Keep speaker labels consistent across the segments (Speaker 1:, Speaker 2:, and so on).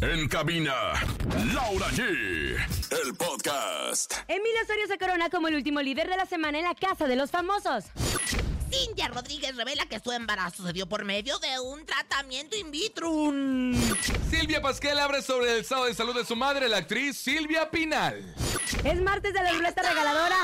Speaker 1: En cabina, Laura G. El podcast.
Speaker 2: Emilio Osorio se corona como el último líder de la semana en la Casa de los Famosos.
Speaker 3: Cintia Rodríguez revela que su embarazo se dio por medio de un tratamiento in vitro.
Speaker 4: Silvia Pasquel abre sobre el estado de salud de su madre, la actriz Silvia Pinal.
Speaker 2: Es martes de la ruleta regaladora.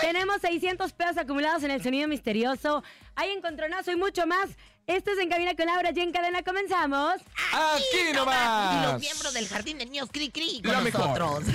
Speaker 2: Tenemos 600 pesos acumulados en el sonido misterioso. Hay encontronazo y mucho más. Esto es En Cabina con Laura y en cadena comenzamos.
Speaker 4: Aquí
Speaker 3: Y los
Speaker 4: nomás.
Speaker 3: miembros del jardín de niños Cri Cri con
Speaker 4: La mejor.
Speaker 3: nosotros.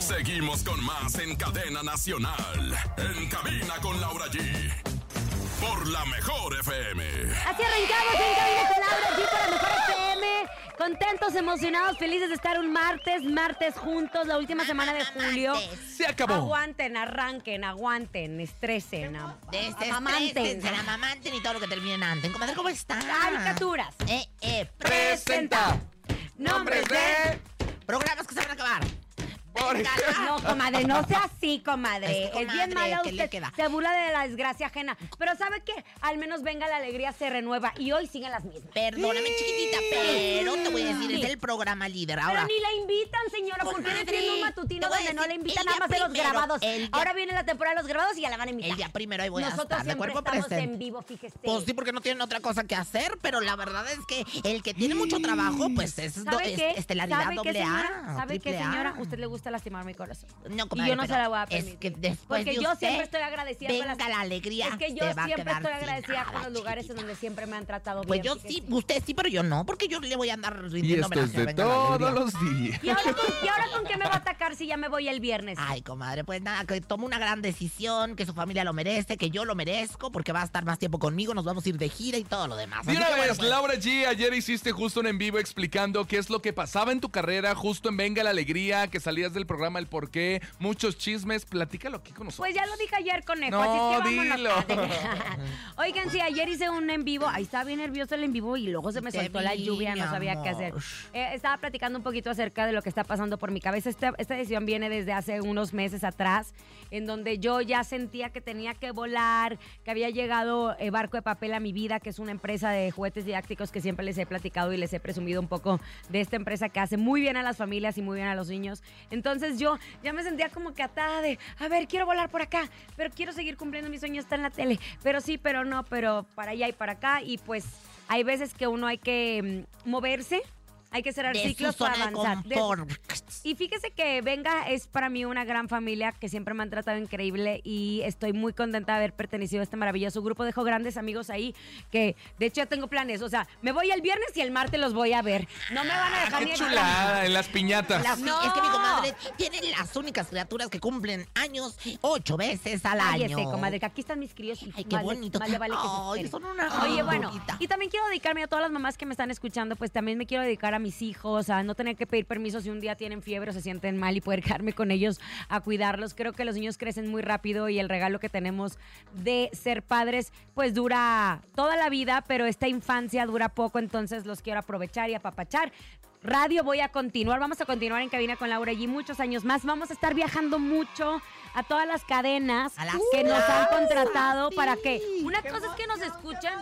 Speaker 1: Seguimos con más en cadena nacional. En cabina con Laura G. Por la mejor FM.
Speaker 2: Así arrancamos En Cabina con Laura G para Mejor FM. Contentos, emocionados, felices de estar un martes, martes juntos, la última semana de julio.
Speaker 3: Amantes.
Speaker 4: Se acabó.
Speaker 2: Aguanten, arranquen, aguanten, estresen, am- amamanten.
Speaker 3: Desestresen, se la mamanten y todo lo que terminen antes. Comadre, ¿cómo están?
Speaker 2: Caricaturas.
Speaker 3: Eh, eh,
Speaker 4: Presenta.
Speaker 2: Nombres de...
Speaker 3: programas que se van a acabar.
Speaker 4: Por
Speaker 3: Venga, la-
Speaker 4: ejemplo.
Speaker 2: No, comadre, no sea así, comadre.
Speaker 3: Es que,
Speaker 2: Es bien
Speaker 3: comadre,
Speaker 2: mala
Speaker 3: ¿qué le
Speaker 2: usted.
Speaker 3: queda?
Speaker 2: Se burla de la desgracia ajena. Pero ¿sabe qué? Al menos venga la alegría, se renueva. Y hoy siguen las mismas.
Speaker 3: Perdóname, chiquitita, pero te voy a decir, es el programa líder.
Speaker 2: Pero
Speaker 3: Ahora,
Speaker 2: ni la invitan, señora, porque
Speaker 3: Comadre,
Speaker 2: viene siendo un
Speaker 3: te
Speaker 2: matutino
Speaker 3: voy a
Speaker 2: donde no
Speaker 3: decir,
Speaker 2: la invitan
Speaker 3: el
Speaker 2: nada
Speaker 3: día
Speaker 2: más de los
Speaker 3: primero,
Speaker 2: grabados.
Speaker 3: el día-
Speaker 2: Ahora viene la temporada de los grabados y ya la van a invitar.
Speaker 3: el día primero ahí voy a
Speaker 2: Nosotros
Speaker 3: estar de
Speaker 2: siempre
Speaker 3: cuerpo
Speaker 2: estamos
Speaker 3: presente.
Speaker 2: en vivo, fíjese.
Speaker 3: Pues sí, porque no tienen otra cosa que hacer, pero la verdad es que el que tiene mucho trabajo, pues es do-
Speaker 2: ¿Sabe
Speaker 3: es-
Speaker 2: qué?
Speaker 3: estelaridad
Speaker 2: ¿Sabe qué,
Speaker 3: doble
Speaker 2: señora?
Speaker 3: A.
Speaker 2: ¿Sabe qué,
Speaker 3: triple A.
Speaker 2: señora? Usted le gusta lastimar mi corazón.
Speaker 3: No,
Speaker 2: y
Speaker 3: comadre,
Speaker 2: yo no se
Speaker 3: pero
Speaker 2: la voy a
Speaker 3: es
Speaker 2: permitir.
Speaker 3: que después
Speaker 2: porque
Speaker 3: de
Speaker 2: yo
Speaker 3: usted,
Speaker 2: siempre estoy agradecida con
Speaker 3: venga
Speaker 2: las-
Speaker 3: la alegría,
Speaker 2: Es que
Speaker 3: se
Speaker 2: yo
Speaker 3: va a
Speaker 2: siempre
Speaker 3: quedar
Speaker 2: estoy
Speaker 3: sin
Speaker 2: agradecida con
Speaker 3: nada,
Speaker 2: los lugares en
Speaker 3: chiquitita.
Speaker 2: donde siempre me han tratado
Speaker 3: Pues
Speaker 2: bien.
Speaker 3: yo
Speaker 2: fíjese.
Speaker 3: sí, usted sí, pero yo no, porque yo le voy a andar
Speaker 4: Y
Speaker 3: rindiendo
Speaker 4: esto es
Speaker 3: homenaje a
Speaker 4: de
Speaker 3: Venga la Alegría.
Speaker 4: todos los días.
Speaker 2: ¿Y ahora, con, ¿Y ahora con qué me va a atacar si ya me voy el viernes?
Speaker 3: Ay, comadre, pues nada, que tome una gran decisión, que su familia lo merece, que yo lo merezco, porque va a estar más tiempo conmigo, nos vamos a ir de gira y todo lo demás.
Speaker 4: Y
Speaker 3: Así
Speaker 4: una
Speaker 3: que, bueno,
Speaker 4: vez,
Speaker 3: pues,
Speaker 4: Laura G, ayer hiciste justo un en vivo explicando qué es lo que pasaba en tu carrera, justo en Venga la Alegría, que salías del programa, el por qué, muchos chismes. Platícalo aquí con nosotros.
Speaker 2: Pues ya lo dije ayer, conejo.
Speaker 4: No,
Speaker 2: así es que
Speaker 4: dilo.
Speaker 2: vámonos. Oigan, sí, ayer hice un en vivo. Ahí estaba bien nervioso el en vivo y luego se me
Speaker 3: Te
Speaker 2: soltó la
Speaker 3: vi,
Speaker 2: lluvia,
Speaker 3: mi
Speaker 2: no sabía qué hacer.
Speaker 3: amor.
Speaker 2: Eh, estaba platicando un poquito acerca de lo que está pasando por mi cabeza. Esta, esta decisión viene desde hace unos meses atrás, en donde yo ya sentía que tenía que volar, que había llegado eh, Barco de Papel a mi vida, que es una empresa de juguetes didácticos que siempre les he platicado y les he presumido un poco de esta empresa que hace muy bien a las familias y muy bien a los niños. Entonces yo ya me sentía como que atada de, a ver, quiero volar por acá, pero quiero seguir cumpliendo mi sueño, está en la tele, pero sí, pero no, pero para allá y para acá. Y pues hay veces que uno hay que mm, moverse. Hay que cerrar
Speaker 3: de su
Speaker 2: ciclos para
Speaker 3: zona de
Speaker 2: avanzar. De-
Speaker 3: confort.
Speaker 2: y fíjese que Venga es para mí una gran familia que siempre me han tratado increíble y estoy muy contenta de haber pertenecido a este maravilloso grupo. Dejo grandes amigos ahí que, de hecho, ya tengo planes. O sea, me voy el viernes y el martes los voy a ver. No me van
Speaker 3: Ah,
Speaker 2: a dejar
Speaker 4: Ah, ¡Qué
Speaker 2: ni
Speaker 4: chulada! En las piñatas.
Speaker 3: Las-
Speaker 2: No.
Speaker 3: Es que mi comadre tiene las únicas criaturas que cumplen años ocho veces al
Speaker 2: Cállese,
Speaker 3: año.
Speaker 2: comadre, que aquí están mis críos. y
Speaker 3: Ay, qué
Speaker 2: más le-
Speaker 3: bonito.
Speaker 2: más le vale que se
Speaker 3: Ay,
Speaker 2: esperen.
Speaker 3: son una
Speaker 2: Oye, bueno,
Speaker 3: gordita.
Speaker 2: y también quiero dedicarme a todas las mamás que me están escuchando, pues también me quiero dedicar a mis hijos, a no tener que pedir permiso si un día tienen fiebre o se sienten mal y poder quedarme con ellos a cuidarlos. Creo que los niños crecen muy rápido y el regalo que tenemos de ser padres, pues dura toda la vida, pero esta infancia dura poco, entonces los quiero aprovechar y apapachar. Radio voy a continuar, vamos a continuar en cabina con Laura G muchos años más, vamos a estar viajando mucho a todas las cadenas
Speaker 3: A las
Speaker 2: que nos han
Speaker 3: casas,
Speaker 2: contratado
Speaker 3: sí.
Speaker 2: para que una cosa es que nos escuchen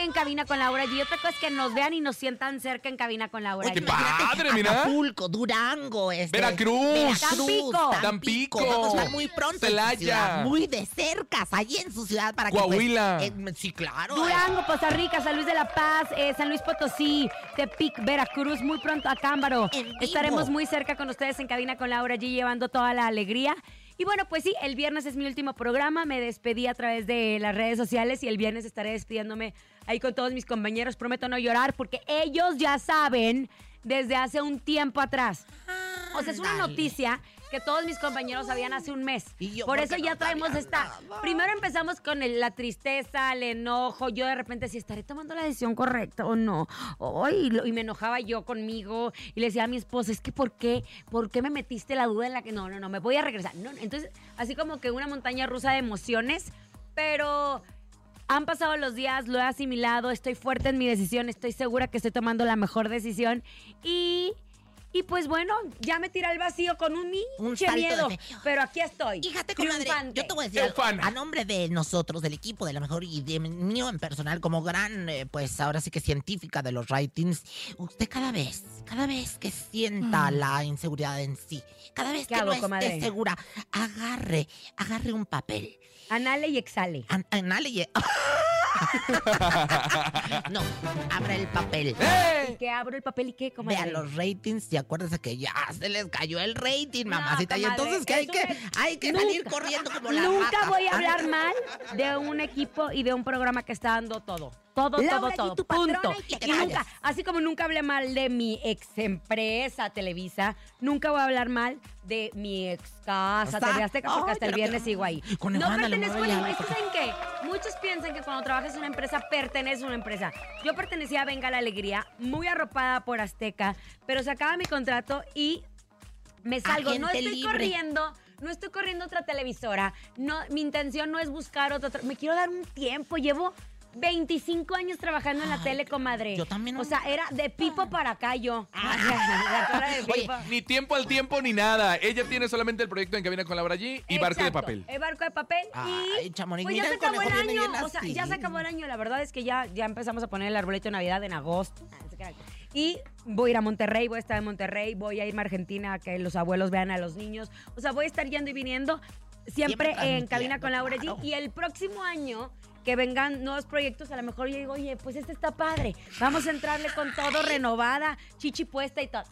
Speaker 2: en cabina con Laura G y otra cosa es que nos vean y nos sientan cerca en cabina con Laura
Speaker 4: Oye,
Speaker 2: G.
Speaker 4: pa- padre, mira.
Speaker 3: Acapulco, Durango, este,
Speaker 4: Veracruz.
Speaker 3: Veracruz,
Speaker 2: Tampico.
Speaker 4: Tampico.
Speaker 3: Vamos a estar muy pronto en su
Speaker 4: Celaya.
Speaker 3: ciudad, muy de cerca, allí en su ciudad para
Speaker 4: Coahuila.
Speaker 3: que pues, eh, sí, claro.
Speaker 2: Durango, Costa Rica, San Luis de la Paz, eh, San Luis Potosí, Tepic, Veracruz, muy pronto a Cámbaro.
Speaker 3: En vivo.
Speaker 2: Estaremos muy cerca con ustedes en cabina con Laura G llevando toda la alegría. Y bueno, pues sí, el viernes es mi último programa, me despedí a través de las redes sociales y el viernes estaré despidiéndome ahí con todos mis compañeros. Prometo no llorar porque ellos ya saben desde hace un tiempo atrás. O sea, es una
Speaker 3: Ándale.
Speaker 2: noticia que que todos mis compañeros sabían hace un mes.
Speaker 3: Pues, Y yo,
Speaker 2: Por
Speaker 3: ¿por
Speaker 2: eso
Speaker 3: qué
Speaker 2: ya
Speaker 3: no
Speaker 2: traemos
Speaker 3: sabía
Speaker 2: esta.
Speaker 3: nada?
Speaker 2: Primero empezamos con el- la tristeza, el enojo. Yo de repente, si estaré tomando la decisión correcta o no. Ay, y lo- y me enojaba yo conmigo y le decía a mi esposo, es que ¿por qué? ¿Por qué me metiste la duda en la que no, no, no, me voy a regresar? No, no. Entonces, así como que una montaña rusa de emociones, pero han pasado los días, lo he asimilado, estoy fuerte en mi decisión, estoy segura que estoy tomando la mejor decisión y, y pues bueno, ya me tiré al vacío con un
Speaker 3: Un
Speaker 2: pinche
Speaker 3: salto de
Speaker 2: miedo,
Speaker 3: fe.
Speaker 2: pero aquí estoy.
Speaker 3: Fíjate, comadre,
Speaker 2: triunfante.
Speaker 3: yo te voy a decir algo.
Speaker 4: Triunfante.
Speaker 3: a nombre de nosotros, del equipo, de la mejor y de mío en personal, como gran, eh, pues ahora sí que científica de los ratings, usted cada vez, cada vez que sienta la inseguridad en sí, cada vez
Speaker 2: Mm. ¿Qué
Speaker 3: que
Speaker 2: hago,
Speaker 3: no esté
Speaker 2: comadre?
Speaker 3: segura, agarre, agarre un papel,
Speaker 2: Anale y exhale.
Speaker 3: An- anale y- no, abra el papel.
Speaker 4: ¡Eh!
Speaker 2: Que abro el papel y qué, comadre.
Speaker 3: Vea los ratings y acuérdese que ya se les cayó el rating,
Speaker 2: No,
Speaker 3: mamacita. y
Speaker 2: comadre,
Speaker 3: entonces que hay
Speaker 2: eso
Speaker 3: que,
Speaker 2: es-
Speaker 3: hay que
Speaker 2: Nunca-
Speaker 3: salir corriendo como la
Speaker 2: Nunca
Speaker 3: rata. Ah,
Speaker 2: voy a hablar mal de un equipo y de un programa que está dando todo. Todo,
Speaker 3: Laura,
Speaker 2: todo, todo.
Speaker 3: y tu patrona,
Speaker 2: punto.
Speaker 3: y que te
Speaker 2: Y nunca,
Speaker 3: vayas.
Speaker 2: así como nunca hablé mal de mi ex empresa Televisa, nunca voy a hablar mal de mi ex casa
Speaker 3: Hasta-
Speaker 2: TV Azteca porque
Speaker 3: Ay,
Speaker 2: hasta el
Speaker 3: pero qué-
Speaker 2: viernes sigo ahí.
Speaker 3: Con
Speaker 2: no
Speaker 3: Ivana, la
Speaker 2: pertenezco a
Speaker 3: mueve ya,
Speaker 2: ningún-
Speaker 3: la
Speaker 2: Es que
Speaker 3: toca.
Speaker 2: saben qué? Muchos piensan que cuando trabajas en una empresa perteneces a una empresa. Yo pertenecía a Venga la Alegría, muy arropada por Azteca, pero se acaba mi contrato y me salgo, no
Speaker 3: Agente
Speaker 2: estoy
Speaker 3: libre.
Speaker 2: corriendo, no estoy corriendo a otra televisora. No, mi intención no es buscar otra, tra- me quiero dar un tiempo, llevo 25 años trabajando en la
Speaker 3: Ay,
Speaker 2: tele, comadre.
Speaker 3: yo también
Speaker 2: O
Speaker 3: no- Ah.
Speaker 2: sea, era de pipo para acá yo. La cara de
Speaker 3: Oye,
Speaker 2: pipo.
Speaker 4: Ni tiempo al tiempo ni nada. Ella tiene solamente el proyecto en Cabina con Laura G y barco de
Speaker 2: Exacto,
Speaker 4: papel.
Speaker 2: El barco de papel y
Speaker 3: Ay, Chamonix,
Speaker 2: pues ya
Speaker 3: mira
Speaker 2: se
Speaker 3: el
Speaker 2: acabó el
Speaker 3: conejo viene
Speaker 2: año,
Speaker 3: bien
Speaker 2: o sea,
Speaker 3: así.
Speaker 2: ya se acabó el año, la verdad es que ya, ya empezamos a poner el arbolito de Navidad en agosto. Ah, Y voy a ir a Monterrey, voy a estar en Monterrey, voy a irme a Argentina a que los abuelos vean a los niños. O sea, voy a estar yendo y viniendo siempre,
Speaker 3: Siempre
Speaker 2: en
Speaker 3: transmitiendo,
Speaker 2: cabina con Laura G.
Speaker 3: claro.
Speaker 2: Y el próximo año que vengan nuevos proyectos, a lo mejor yo digo, oye, pues este está padre. Vamos a entrarle con todo renovada, chichi puesta y todo.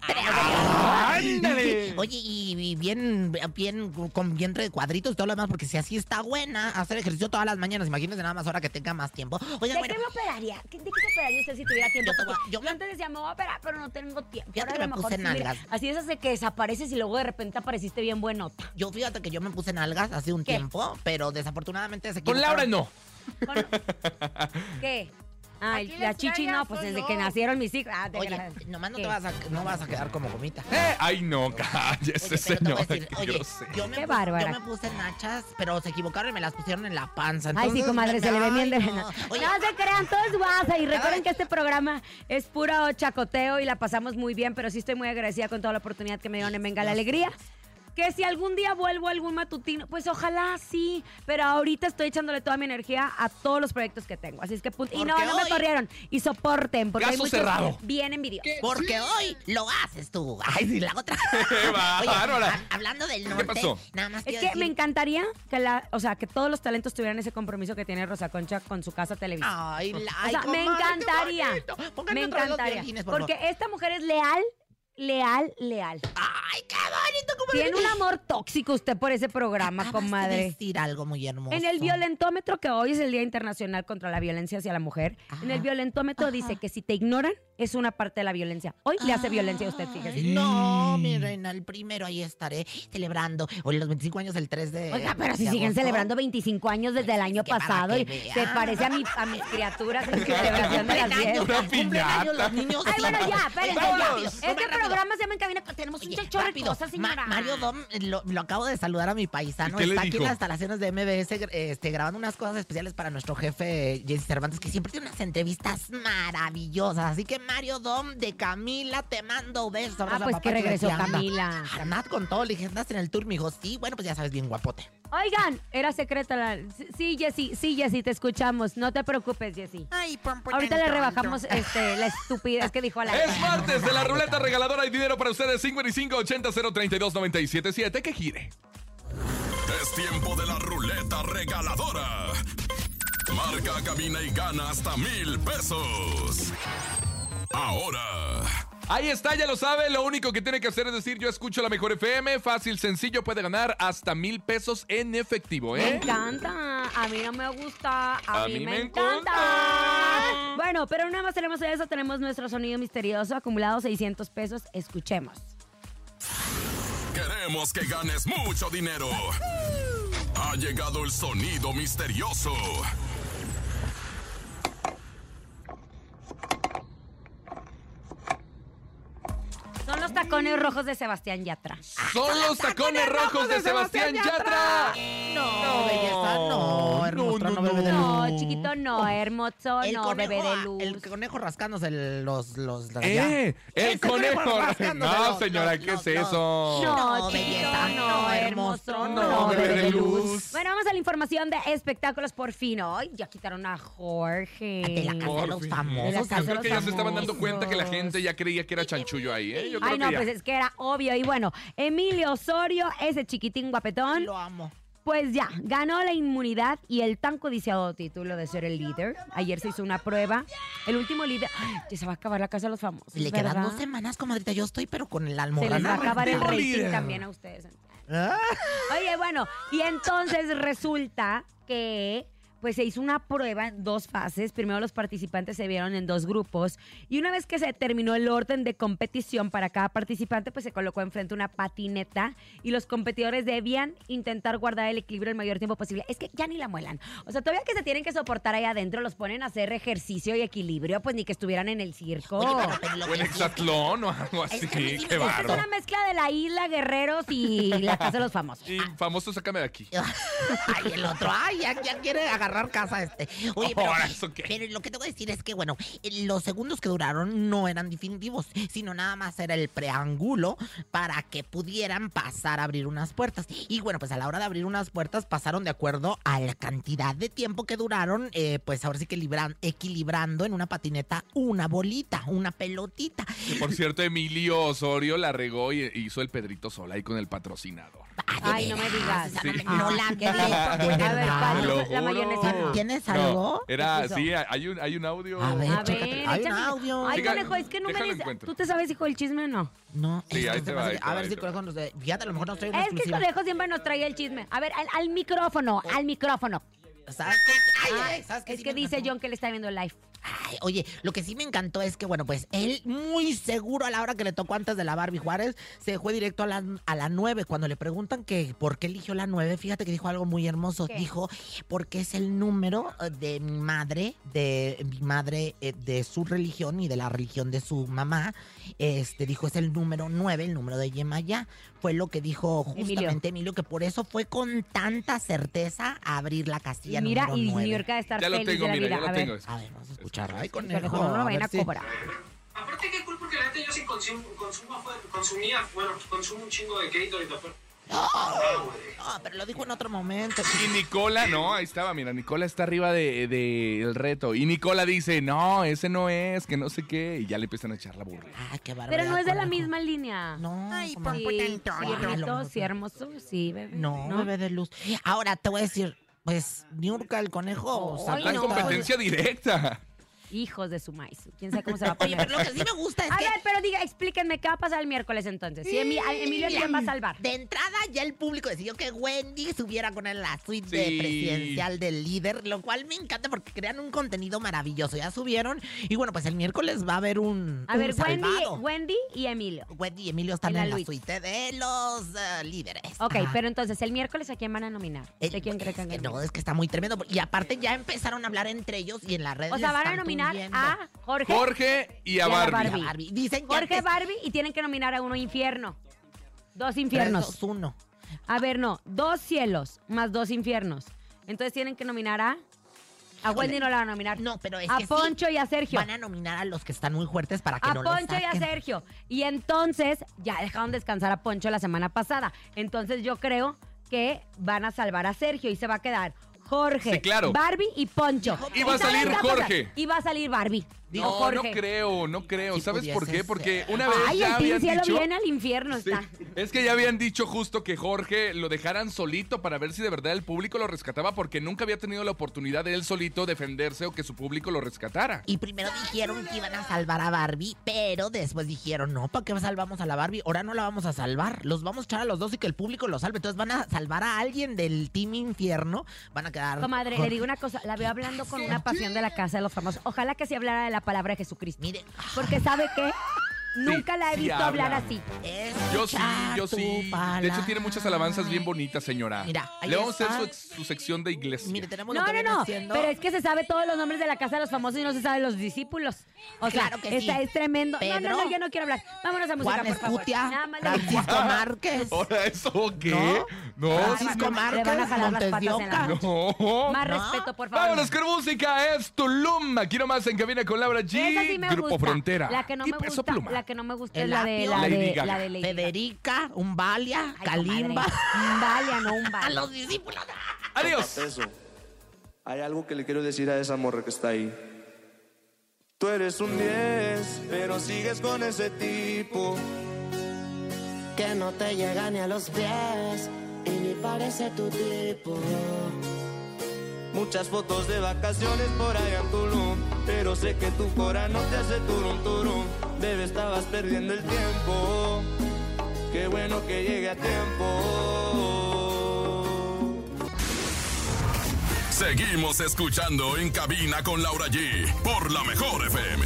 Speaker 4: ¡Ándale!
Speaker 3: Oye, y, y bien, bien, con vientre de cuadritos y todo lo demás, porque si así está buena, hacer ejercicio todas las mañanas, imagínense nada más ahora que tenga más tiempo. Oye,
Speaker 2: ¿De
Speaker 3: bueno,
Speaker 2: qué me operaría? ¿Qué- ¿De qué se operaría usted si tuviera tiempo?
Speaker 3: Yo te voy a-
Speaker 2: Porque
Speaker 3: yo
Speaker 2: yo,
Speaker 3: me-
Speaker 2: antes decía, me voy a operar, pero no tengo tiempo.
Speaker 3: Fíjate
Speaker 2: Ahora
Speaker 3: que
Speaker 2: a lo
Speaker 3: me
Speaker 2: mejor
Speaker 3: puse
Speaker 2: sí, mira,
Speaker 3: nalgas.
Speaker 2: Así es de que desapareces y luego de repente apareciste bien buenota.
Speaker 3: yo fíjate que yo me puse nalgas hace un
Speaker 2: ¿Qué?
Speaker 3: tiempo, pero desafortunadamente se
Speaker 4: Con Laura
Speaker 3: equivocaron.
Speaker 4: no.
Speaker 2: Con- ¿Qué? Ay,
Speaker 5: Aquí
Speaker 2: la
Speaker 5: les
Speaker 2: chichi
Speaker 5: traigo,
Speaker 2: no, pues desde
Speaker 5: no.
Speaker 2: que nacieron mis hijos. Ah, te
Speaker 3: Oye,
Speaker 2: creas.
Speaker 3: nomás no
Speaker 2: ¿Qué?
Speaker 3: te vas a, no vas a quedar como gomita.
Speaker 4: Eh, Ay, no, cállese,
Speaker 3: Oye, pero te voy
Speaker 4: señor.
Speaker 3: a decir,
Speaker 4: qué
Speaker 3: oye,
Speaker 4: grosero.
Speaker 3: yo me,
Speaker 2: Qué
Speaker 3: puse,
Speaker 2: bárbara.
Speaker 3: yo me puse nachas, pero se equivocaron y me las pusieron en la panza.
Speaker 2: Ay, sí,
Speaker 3: Entonces,
Speaker 2: comadre,
Speaker 3: me-
Speaker 2: se le ve bien de
Speaker 3: ay,
Speaker 2: verdad.
Speaker 3: no.
Speaker 2: No
Speaker 3: Oye,
Speaker 2: se crean, todo es guasa. Y recuerden
Speaker 3: Ay.
Speaker 2: que este programa es puro chacoteo y la pasamos muy bien, pero sí estoy muy agradecida con toda la oportunidad que me dieron en Venga la Alegría. Que si algún día vuelvo a algún matutino, pues ojalá sí, pero ahorita estoy echándole toda mi energía a todos los proyectos que tengo. Así es que punto. Y no,
Speaker 3: Porque
Speaker 2: no me
Speaker 3: hoy-
Speaker 2: corrieron. Y soporten, porque hay
Speaker 4: Caso
Speaker 2: muchos
Speaker 4: cerrado.
Speaker 2: bien envidiosos.
Speaker 3: Porque hoy lo haces tú. Ay, sí, la otra.
Speaker 4: ¡Qué bárbara!
Speaker 3: ha- hablando del norte.
Speaker 4: pasó?
Speaker 3: Nada más
Speaker 2: Es
Speaker 3: quiero
Speaker 2: que
Speaker 3: decir-
Speaker 2: me encantaría que la, o sea, que todos los talentos tuvieran ese compromiso que tiene Rosa Concha con su casa televisión.
Speaker 3: Ay, la,
Speaker 2: O
Speaker 3: ay,
Speaker 2: sea, me
Speaker 3: comadre, qué
Speaker 2: encantaría.
Speaker 3: bonito. Pónganme
Speaker 2: Me
Speaker 3: otra vez los
Speaker 2: encantaría.
Speaker 3: violines, por
Speaker 2: porque
Speaker 3: favor.
Speaker 2: esta mujer es leal, leal, leal.
Speaker 3: Ay, qué bonito, comadre.
Speaker 2: Tiene un amor tóxico usted por ese programa,
Speaker 3: Acabas de
Speaker 2: comadre.
Speaker 3: decir algo muy hermoso.
Speaker 2: En el violentómetro, que hoy es el Día Internacional contra la Violencia hacia la Mujer, en el
Speaker 3: Ajá.
Speaker 2: violentómetro
Speaker 3: Ah. Ajá.
Speaker 2: dice que si te ignoran, es una parte de la violencia. Hoy le hace violencia a usted, fíjese.
Speaker 3: Ay,
Speaker 4: Mm.
Speaker 3: No, mi reina, el primero ahí estaré celebrando. Hoy los 25 años, el 3 de.
Speaker 2: Oiga, pero si
Speaker 3: de
Speaker 2: siguen
Speaker 3: agosto.
Speaker 2: celebrando 25 años desde el año
Speaker 3: que para
Speaker 2: pasado,
Speaker 3: que
Speaker 2: y
Speaker 3: vean.
Speaker 2: se parece a, mi- a mis criaturas en su celebración de
Speaker 3: Cumplen
Speaker 2: las 10.
Speaker 3: años,
Speaker 4: Una
Speaker 3: cumplen años
Speaker 4: piñata.
Speaker 3: los niños.
Speaker 2: Ay, bueno, ya, espérense, ya.
Speaker 4: vámonos.
Speaker 2: Este programa se llama En Cabina, tenemos un
Speaker 3: Oye,
Speaker 2: chachorro de
Speaker 3: rápido,
Speaker 2: cosas,
Speaker 3: Ma-
Speaker 2: señora.
Speaker 3: Mario Dom, eh, lo, lo acabo de saludar a mi paisano.
Speaker 4: ¿Y qué le
Speaker 3: Está aquí en
Speaker 4: dijo?
Speaker 3: las instalaciones de MBS gr- este, grabando unas cosas especiales para nuestro jefe eh, Jesse Cervantes, que siempre tiene unas entrevistas maravillosas. Así que Mario Dom de Camila, te mando besos.
Speaker 2: Ah,
Speaker 3: abrazos a
Speaker 2: pues que
Speaker 3: papá,
Speaker 2: regresó
Speaker 3: aquí anda.
Speaker 2: Camila.
Speaker 3: Anat con todo, le dije, andas en el tour, me dijo, sí, bueno, pues ya sabes, bien guapote.
Speaker 2: Oigan, era secreta la... Sí, Jessy, sí, Jessy, te escuchamos. No te preocupes, Jessy.
Speaker 3: Ay, pom, pom,
Speaker 2: Ahorita
Speaker 3: tan,
Speaker 2: le
Speaker 3: tan,
Speaker 2: rebajamos
Speaker 3: tan.
Speaker 2: este, la estupidez que dijo a la...
Speaker 4: Es martes de la ruleta regaladora y dinero para ustedes 55 80 032 977 que gire.
Speaker 1: Es tiempo de la ruleta regaladora. Marca, camina y gana hasta mil pesos. Ahora,
Speaker 4: Ahí está, ya lo sabe. Lo único que tiene que hacer es decir, yo escucho la mejor FM. Fácil, sencillo, puede ganar hasta mil pesos en efectivo,
Speaker 2: Me
Speaker 4: ¿eh?
Speaker 2: encanta, a mí no me gusta, a,
Speaker 4: A
Speaker 2: mí,
Speaker 4: mí
Speaker 2: me,
Speaker 4: me
Speaker 2: encanta.
Speaker 4: encanta.
Speaker 2: Bueno, pero nada más tenemos eso, tenemos nuestro sonido misterioso acumulado, 600 pesos, escuchemos.
Speaker 1: queremos. Queremos que ganes mucho dinero. Ha llegado el sonido misterioso.
Speaker 2: Son los
Speaker 3: Mm.
Speaker 2: tacones rojos de Sebastián Yatra.
Speaker 4: Son los tacones rojos de Sebastián Yatra.
Speaker 3: No, belleza, no,
Speaker 4: No,
Speaker 3: hermoso, no,
Speaker 4: no,
Speaker 3: bebé de
Speaker 2: No,
Speaker 3: luz.
Speaker 2: chiquito, no, hermoso,
Speaker 3: El
Speaker 2: no,
Speaker 3: conejo,
Speaker 2: bebé de
Speaker 3: ah,
Speaker 2: luz.
Speaker 3: El conejo rascándose el- los... los la- ya.
Speaker 4: ¡Eh! ¡El
Speaker 3: Ese conejo
Speaker 4: conejo!
Speaker 3: rascándose
Speaker 4: No,
Speaker 3: los-
Speaker 4: señora,
Speaker 3: los-
Speaker 4: ¿qué es
Speaker 3: los-
Speaker 4: eso?
Speaker 2: No,
Speaker 3: No,
Speaker 2: chiquito,
Speaker 3: belleza,
Speaker 2: no,
Speaker 3: no,
Speaker 2: hermoso,
Speaker 3: hermoso,
Speaker 2: no,
Speaker 4: no,
Speaker 2: bebé
Speaker 4: bebé
Speaker 2: de
Speaker 4: de
Speaker 2: luz.
Speaker 4: luz.
Speaker 2: Bueno, vamos a la información de espectáculos por fin. Ay, ya quitaron a Jorge.
Speaker 3: De la casa de
Speaker 4: Por
Speaker 3: los
Speaker 2: De
Speaker 4: fin.
Speaker 2: la
Speaker 3: famosos.
Speaker 2: casa
Speaker 4: Yo
Speaker 2: de
Speaker 4: creo
Speaker 2: los
Speaker 4: que ya se estaban
Speaker 2: famosos.
Speaker 4: dando cuenta que la gente ya creía que era chanchullo ahí, ¿eh? Yo creo
Speaker 2: Ay, no,
Speaker 4: que ya.
Speaker 2: pues es que era obvio. Y bueno, Emilio Osorio, ese chiquitín guapetón,
Speaker 3: Lo amo.
Speaker 2: pues ya, ganó la inmunidad y el tan codiciado título de ser el líder. Ayer se hizo una prueba. El último líder. Ay, ya se va a acabar la casa de los famosos.
Speaker 3: Le quedan
Speaker 2: ¿verdad?
Speaker 3: dos semanas, comadrita. Yo estoy, pero con el
Speaker 2: Se
Speaker 3: almorrana.
Speaker 2: les va a acabar el
Speaker 4: Último
Speaker 2: rating
Speaker 4: líder.
Speaker 2: también a ustedes.
Speaker 3: Ah,
Speaker 2: Oye, bueno, y entonces resulta que pues se hizo una prueba en dos fases. Primero los participantes se vieron en dos grupos y una vez que se terminó el orden de competición para cada participante, pues se colocó enfrente una patineta y los competidores debían intentar guardar el equilibrio el mayor tiempo posible. Es que ya ni la muelan. O sea, todavía que se tienen que soportar ahí adentro, los ponen a hacer ejercicio y equilibrio, pues ni que estuvieran en el circo.
Speaker 3: Oye, pero, pero lo
Speaker 4: O en
Speaker 3: que sí es que-
Speaker 4: hexatlón o algo así.
Speaker 3: que
Speaker 4: ¡Qué
Speaker 2: Esta es
Speaker 4: barro!
Speaker 2: una mezcla de la isla, guerreros y la casa de los famosos.
Speaker 4: Y famoso, sácame de aquí.
Speaker 3: Ay, el otro, ay, ya, ya quiere agarrar casa este. Oye, pero,
Speaker 4: Ahora, ¿eso qué?
Speaker 3: pero lo que tengo que decir es que, bueno, eh, los segundos que duraron no eran definitivos, sino nada más era el preángulo para que pudieran pasar a abrir unas puertas. Y bueno, pues a la hora de abrir unas puertas pasaron de acuerdo a la cantidad de tiempo que duraron, eh, pues ahora sí que libran- equilibrando en una patineta una bolita, una pelotita.
Speaker 4: Que, por cierto, Emilio Osorio la regó y e hizo el Pedrito Sola ahí con el patrocinador.
Speaker 2: Ay, no me digas.
Speaker 4: Sí. Ah,
Speaker 3: No la
Speaker 2: Ay, qué
Speaker 3: creo,
Speaker 2: rico.
Speaker 3: de
Speaker 2: A ver,
Speaker 3: verdad.
Speaker 2: ¿cuál?
Speaker 4: Te
Speaker 2: Ah,
Speaker 4: lo
Speaker 2: La
Speaker 4: juro.
Speaker 2: mayonesa.
Speaker 3: ¿Tienes
Speaker 4: No,
Speaker 3: algo?
Speaker 4: era,
Speaker 3: ¿Qué pasó?
Speaker 4: sí, hay un, hay un audio.
Speaker 3: A ver.
Speaker 2: A
Speaker 3: Échale,
Speaker 2: ver,
Speaker 3: hay un
Speaker 2: échame.
Speaker 3: audio.
Speaker 2: Ay,
Speaker 4: Diga,
Speaker 2: conejo, es que no me
Speaker 4: déjalo,
Speaker 2: dices.
Speaker 4: encuentro.
Speaker 2: ¿Tú te sabes, hijo del chisme o no?
Speaker 3: No,
Speaker 4: Sí,
Speaker 3: es
Speaker 4: ahí
Speaker 3: que
Speaker 4: te
Speaker 3: se
Speaker 4: va,
Speaker 3: me
Speaker 4: ahí
Speaker 3: hace-
Speaker 4: te
Speaker 3: A
Speaker 4: va,
Speaker 3: ver
Speaker 4: ahí
Speaker 3: si
Speaker 4: te va.
Speaker 3: conejo nos de. Fíjate, a lo mejor nos trae una
Speaker 2: Es que el
Speaker 3: exclusiva.
Speaker 2: conejo siempre nos traía el chisme. A ver, al, al micrófono, al micrófono.
Speaker 3: ¿Sabes qué? Ay, ay, ¿sabes qué?
Speaker 2: Es
Speaker 3: Sí
Speaker 2: que
Speaker 3: me
Speaker 2: dice
Speaker 3: encantó.
Speaker 2: John que le está viendo live.
Speaker 3: Ay, oye, lo que sí me encantó es que, bueno, pues él muy seguro a la hora que le tocó antes de la Barbie Juárez, se fue directo a la, a la 9. Cuando le preguntan que por qué eligió la 9, fíjate que dijo algo muy hermoso.
Speaker 2: ¿Qué?
Speaker 3: Dijo, porque es el número eh, de mi madre, de mi madre eh, de su religión y de la religión de su mamá. Este dijo, es el número 9, el número de Yemaya. Fue lo que dijo
Speaker 2: Emilio.
Speaker 3: justamente Emilio, que por eso fue con tanta certeza a abrir la casilla
Speaker 2: Mira,
Speaker 3: número
Speaker 2: y New
Speaker 3: 9.
Speaker 2: York ha de estar
Speaker 4: Ya lo
Speaker 2: feliz
Speaker 4: tengo,
Speaker 2: de la
Speaker 4: mira,
Speaker 2: vida.
Speaker 4: ya
Speaker 2: a
Speaker 4: lo
Speaker 2: ver,
Speaker 4: tengo.
Speaker 3: A ver, vamos a escuchar. Ay,
Speaker 2: conejo, no lo
Speaker 3: a ver
Speaker 2: vayan a
Speaker 3: si-
Speaker 2: cobrar.
Speaker 5: Aparte, qué cool porque la gente yo sí consum- consumo afuera- consumía, bueno, consumo un chingo de Gatorade afuera. Ah, güey.
Speaker 3: Ah, pero lo dijo en otro momento.
Speaker 4: Y Nicola, no, ahí estaba, mira, Nicola está arriba del de, el reto. Y Nicola dice, no, ese no es, que no sé qué. Y ya le empiezan a echar la burla.
Speaker 3: Ah, qué barbaridad.
Speaker 2: Pero no es de la
Speaker 3: conejo.
Speaker 2: misma línea.
Speaker 3: No.
Speaker 6: Ay,
Speaker 3: comadre.
Speaker 6: por
Speaker 2: Sí,
Speaker 6: tanto,
Speaker 2: sí,
Speaker 3: no.
Speaker 2: bonito, sí, hermoso, sí, bebé.
Speaker 3: No, bebé de luz. Ahora te voy a decir, pues, Niurka el conejo.
Speaker 2: Ay,
Speaker 3: sacó
Speaker 4: La
Speaker 2: no. pues,
Speaker 3: esta-
Speaker 4: competencia directa.
Speaker 2: Hijos de su maíz. Quién sabe cómo se va a
Speaker 3: Oye,
Speaker 2: poner.
Speaker 3: pero lo que sí me gusta es
Speaker 2: A
Speaker 3: que.
Speaker 2: ver, pero diga, explíquenme, ¿qué va a pasar el miércoles entonces? Si Emi- a- Emilio, ¿quién va a salvar?
Speaker 3: De entrada, ya el público decidió que Wendy subiera con él la suite de
Speaker 4: Sí.
Speaker 3: presidencial del líder, lo cual me encanta porque crean un contenido maravilloso. Ya subieron. Y bueno, pues el miércoles va a haber un.
Speaker 2: A ver,
Speaker 3: un
Speaker 2: Wendy,
Speaker 3: salvado.
Speaker 2: Wendy y Emilio.
Speaker 3: Wendy y Emilio están
Speaker 2: En la
Speaker 3: en, la
Speaker 2: Luis.
Speaker 3: suite de los eh, líderes.
Speaker 2: Ok,
Speaker 3: Ajá.
Speaker 2: pero entonces el miércoles a quién van a nominar?
Speaker 3: Eh,
Speaker 2: ¿De quién
Speaker 3: es
Speaker 2: creen que
Speaker 3: que
Speaker 2: van a
Speaker 3: No,
Speaker 2: nominar?
Speaker 3: es que está muy tremendo. Y aparte ya empezaron a hablar entre ellos y en las redes.
Speaker 2: O sea,
Speaker 3: les
Speaker 2: van a
Speaker 3: están
Speaker 2: nominar
Speaker 3: tundiendo.
Speaker 2: a Jorge,
Speaker 4: Jorge y a
Speaker 2: Y a la
Speaker 3: Y a
Speaker 4: Barbie.
Speaker 2: Barbie.
Speaker 3: Barbie. Dicen que
Speaker 2: Jorge
Speaker 3: antes-
Speaker 2: Barbie y tienen que nominar a uno infierno. Dos infiernos.
Speaker 3: Tres, dos, uno.
Speaker 2: A ver, no, dos cielos más dos infiernos. Entonces tienen que nominar a a
Speaker 3: Híjole.
Speaker 2: Wendy no la van a nominar.
Speaker 3: No, pero es
Speaker 2: a
Speaker 3: que sí,
Speaker 2: Poncho y a Sergio.
Speaker 3: Van a nominar a los que están muy fuertes para que
Speaker 2: A
Speaker 3: no los
Speaker 2: Poncho y a
Speaker 3: saquen.
Speaker 2: Sergio. Y entonces ya dejaron descansar a Poncho la semana pasada. Entonces yo creo que van a salvar a Sergio y se va a quedar Jorge,
Speaker 4: Sí, claro.
Speaker 2: Barbie y Poncho.
Speaker 4: Y va a
Speaker 2: ¿sabes
Speaker 4: salir
Speaker 2: qué pasar?
Speaker 4: Jorge.
Speaker 2: Y va a salir Barbie. Digo,
Speaker 4: No, no
Speaker 2: Jorge.
Speaker 4: creo, no creo.
Speaker 3: Sí
Speaker 4: ¿Sabes por
Speaker 3: pudiese
Speaker 4: qué? Porque una vez
Speaker 2: Ay,
Speaker 4: ya
Speaker 2: el Team
Speaker 4: habían
Speaker 2: Cielo
Speaker 4: dicho...
Speaker 3: Ah,
Speaker 2: viene al infierno.
Speaker 4: Sí,
Speaker 2: Está.
Speaker 4: Es que ya habían dicho justo que Jorge lo dejaran solito para ver si de verdad el público lo rescataba porque nunca había tenido la oportunidad de él solito defenderse o que su público lo rescatara.
Speaker 3: Y primero dijeron que iban a salvar a Barbie, pero después dijeron, no, ¿para qué salvamos a la Barbie? Ahora no la vamos a salvar. Los vamos a echar a los dos y que el público los salve. Entonces van a salvar a alguien del Team Infierno. Van a quedar...
Speaker 2: Comadre,
Speaker 3: con-
Speaker 2: le digo una cosa, la veo hablando con una pasión de la casa de los famosos. Ojalá que sí hablara de la palabra de Jesucristo.
Speaker 3: Mire,
Speaker 2: Porque sabe que nunca la he
Speaker 4: sí
Speaker 2: visto hablar
Speaker 4: habla.
Speaker 2: así.
Speaker 3: es
Speaker 4: Yo sí,
Speaker 3: escuchar
Speaker 4: yo
Speaker 3: tu
Speaker 4: sí. De hecho,
Speaker 3: palabra.
Speaker 4: tiene muchas alabanzas bien bonitas, señora.
Speaker 3: Mira, ahí
Speaker 4: Le vamos a
Speaker 3: está.
Speaker 4: hacer su, su sección de iglesia.
Speaker 3: Mire, tenemos lo
Speaker 2: No,
Speaker 3: que
Speaker 2: no,
Speaker 3: viene
Speaker 2: no.
Speaker 3: siendo-
Speaker 2: Pero es que se sabe todos los nombres de la casa de los famosos y no se saben los discípulos. O sea,
Speaker 3: Claro que
Speaker 2: esta
Speaker 3: sí.
Speaker 2: es tremendo. No, no,
Speaker 3: Pedro.
Speaker 2: no, ya no quiero hablar. Vámonos a música,
Speaker 3: Juan
Speaker 2: por favor.
Speaker 3: Escutia,
Speaker 2: más le-
Speaker 3: Francisco Márquez,
Speaker 4: ¿Ahora eso qué? No,
Speaker 3: Francisco
Speaker 2: van a- le
Speaker 3: Márquez,
Speaker 2: van a jalar las
Speaker 3: Montes de
Speaker 2: patas en la-
Speaker 3: Oca.
Speaker 4: no.
Speaker 2: Más
Speaker 3: No.
Speaker 2: respeto, por favor.
Speaker 4: Vámonos con música, es Tulum. Aquí nomás en cabina con Laura G.
Speaker 2: Esa sí me
Speaker 4: Grupo
Speaker 2: gusta.
Speaker 4: Frontera.
Speaker 2: La que no
Speaker 4: y
Speaker 2: me
Speaker 4: Peso
Speaker 2: gusta,
Speaker 4: Pluma.
Speaker 2: la que no me gusta
Speaker 3: El
Speaker 2: es la de la
Speaker 4: Lady
Speaker 2: de
Speaker 4: Gaga.
Speaker 2: la de Lady Gaga.
Speaker 3: Federica, Umbalia,
Speaker 2: Ay, comadre.
Speaker 3: Kalimba.
Speaker 2: Umbalia, no un
Speaker 3: A los discípulos.
Speaker 4: Adiós.
Speaker 6: Eso. Hay algo que le quiero decir a esa morra que está ahí. Tú eres un 10, pero sigues con ese tipo.
Speaker 7: que no te llega ni a los pies y ni parece tu tipo.
Speaker 6: Muchas fotos de vacaciones por allá en Tulum. Pero sé que tu cora no te hace turum turum. Bebé, estabas perdiendo el tiempo. Qué bueno que llegue a tiempo.
Speaker 1: Seguimos escuchando en cabina con Laura G por la mejor FM.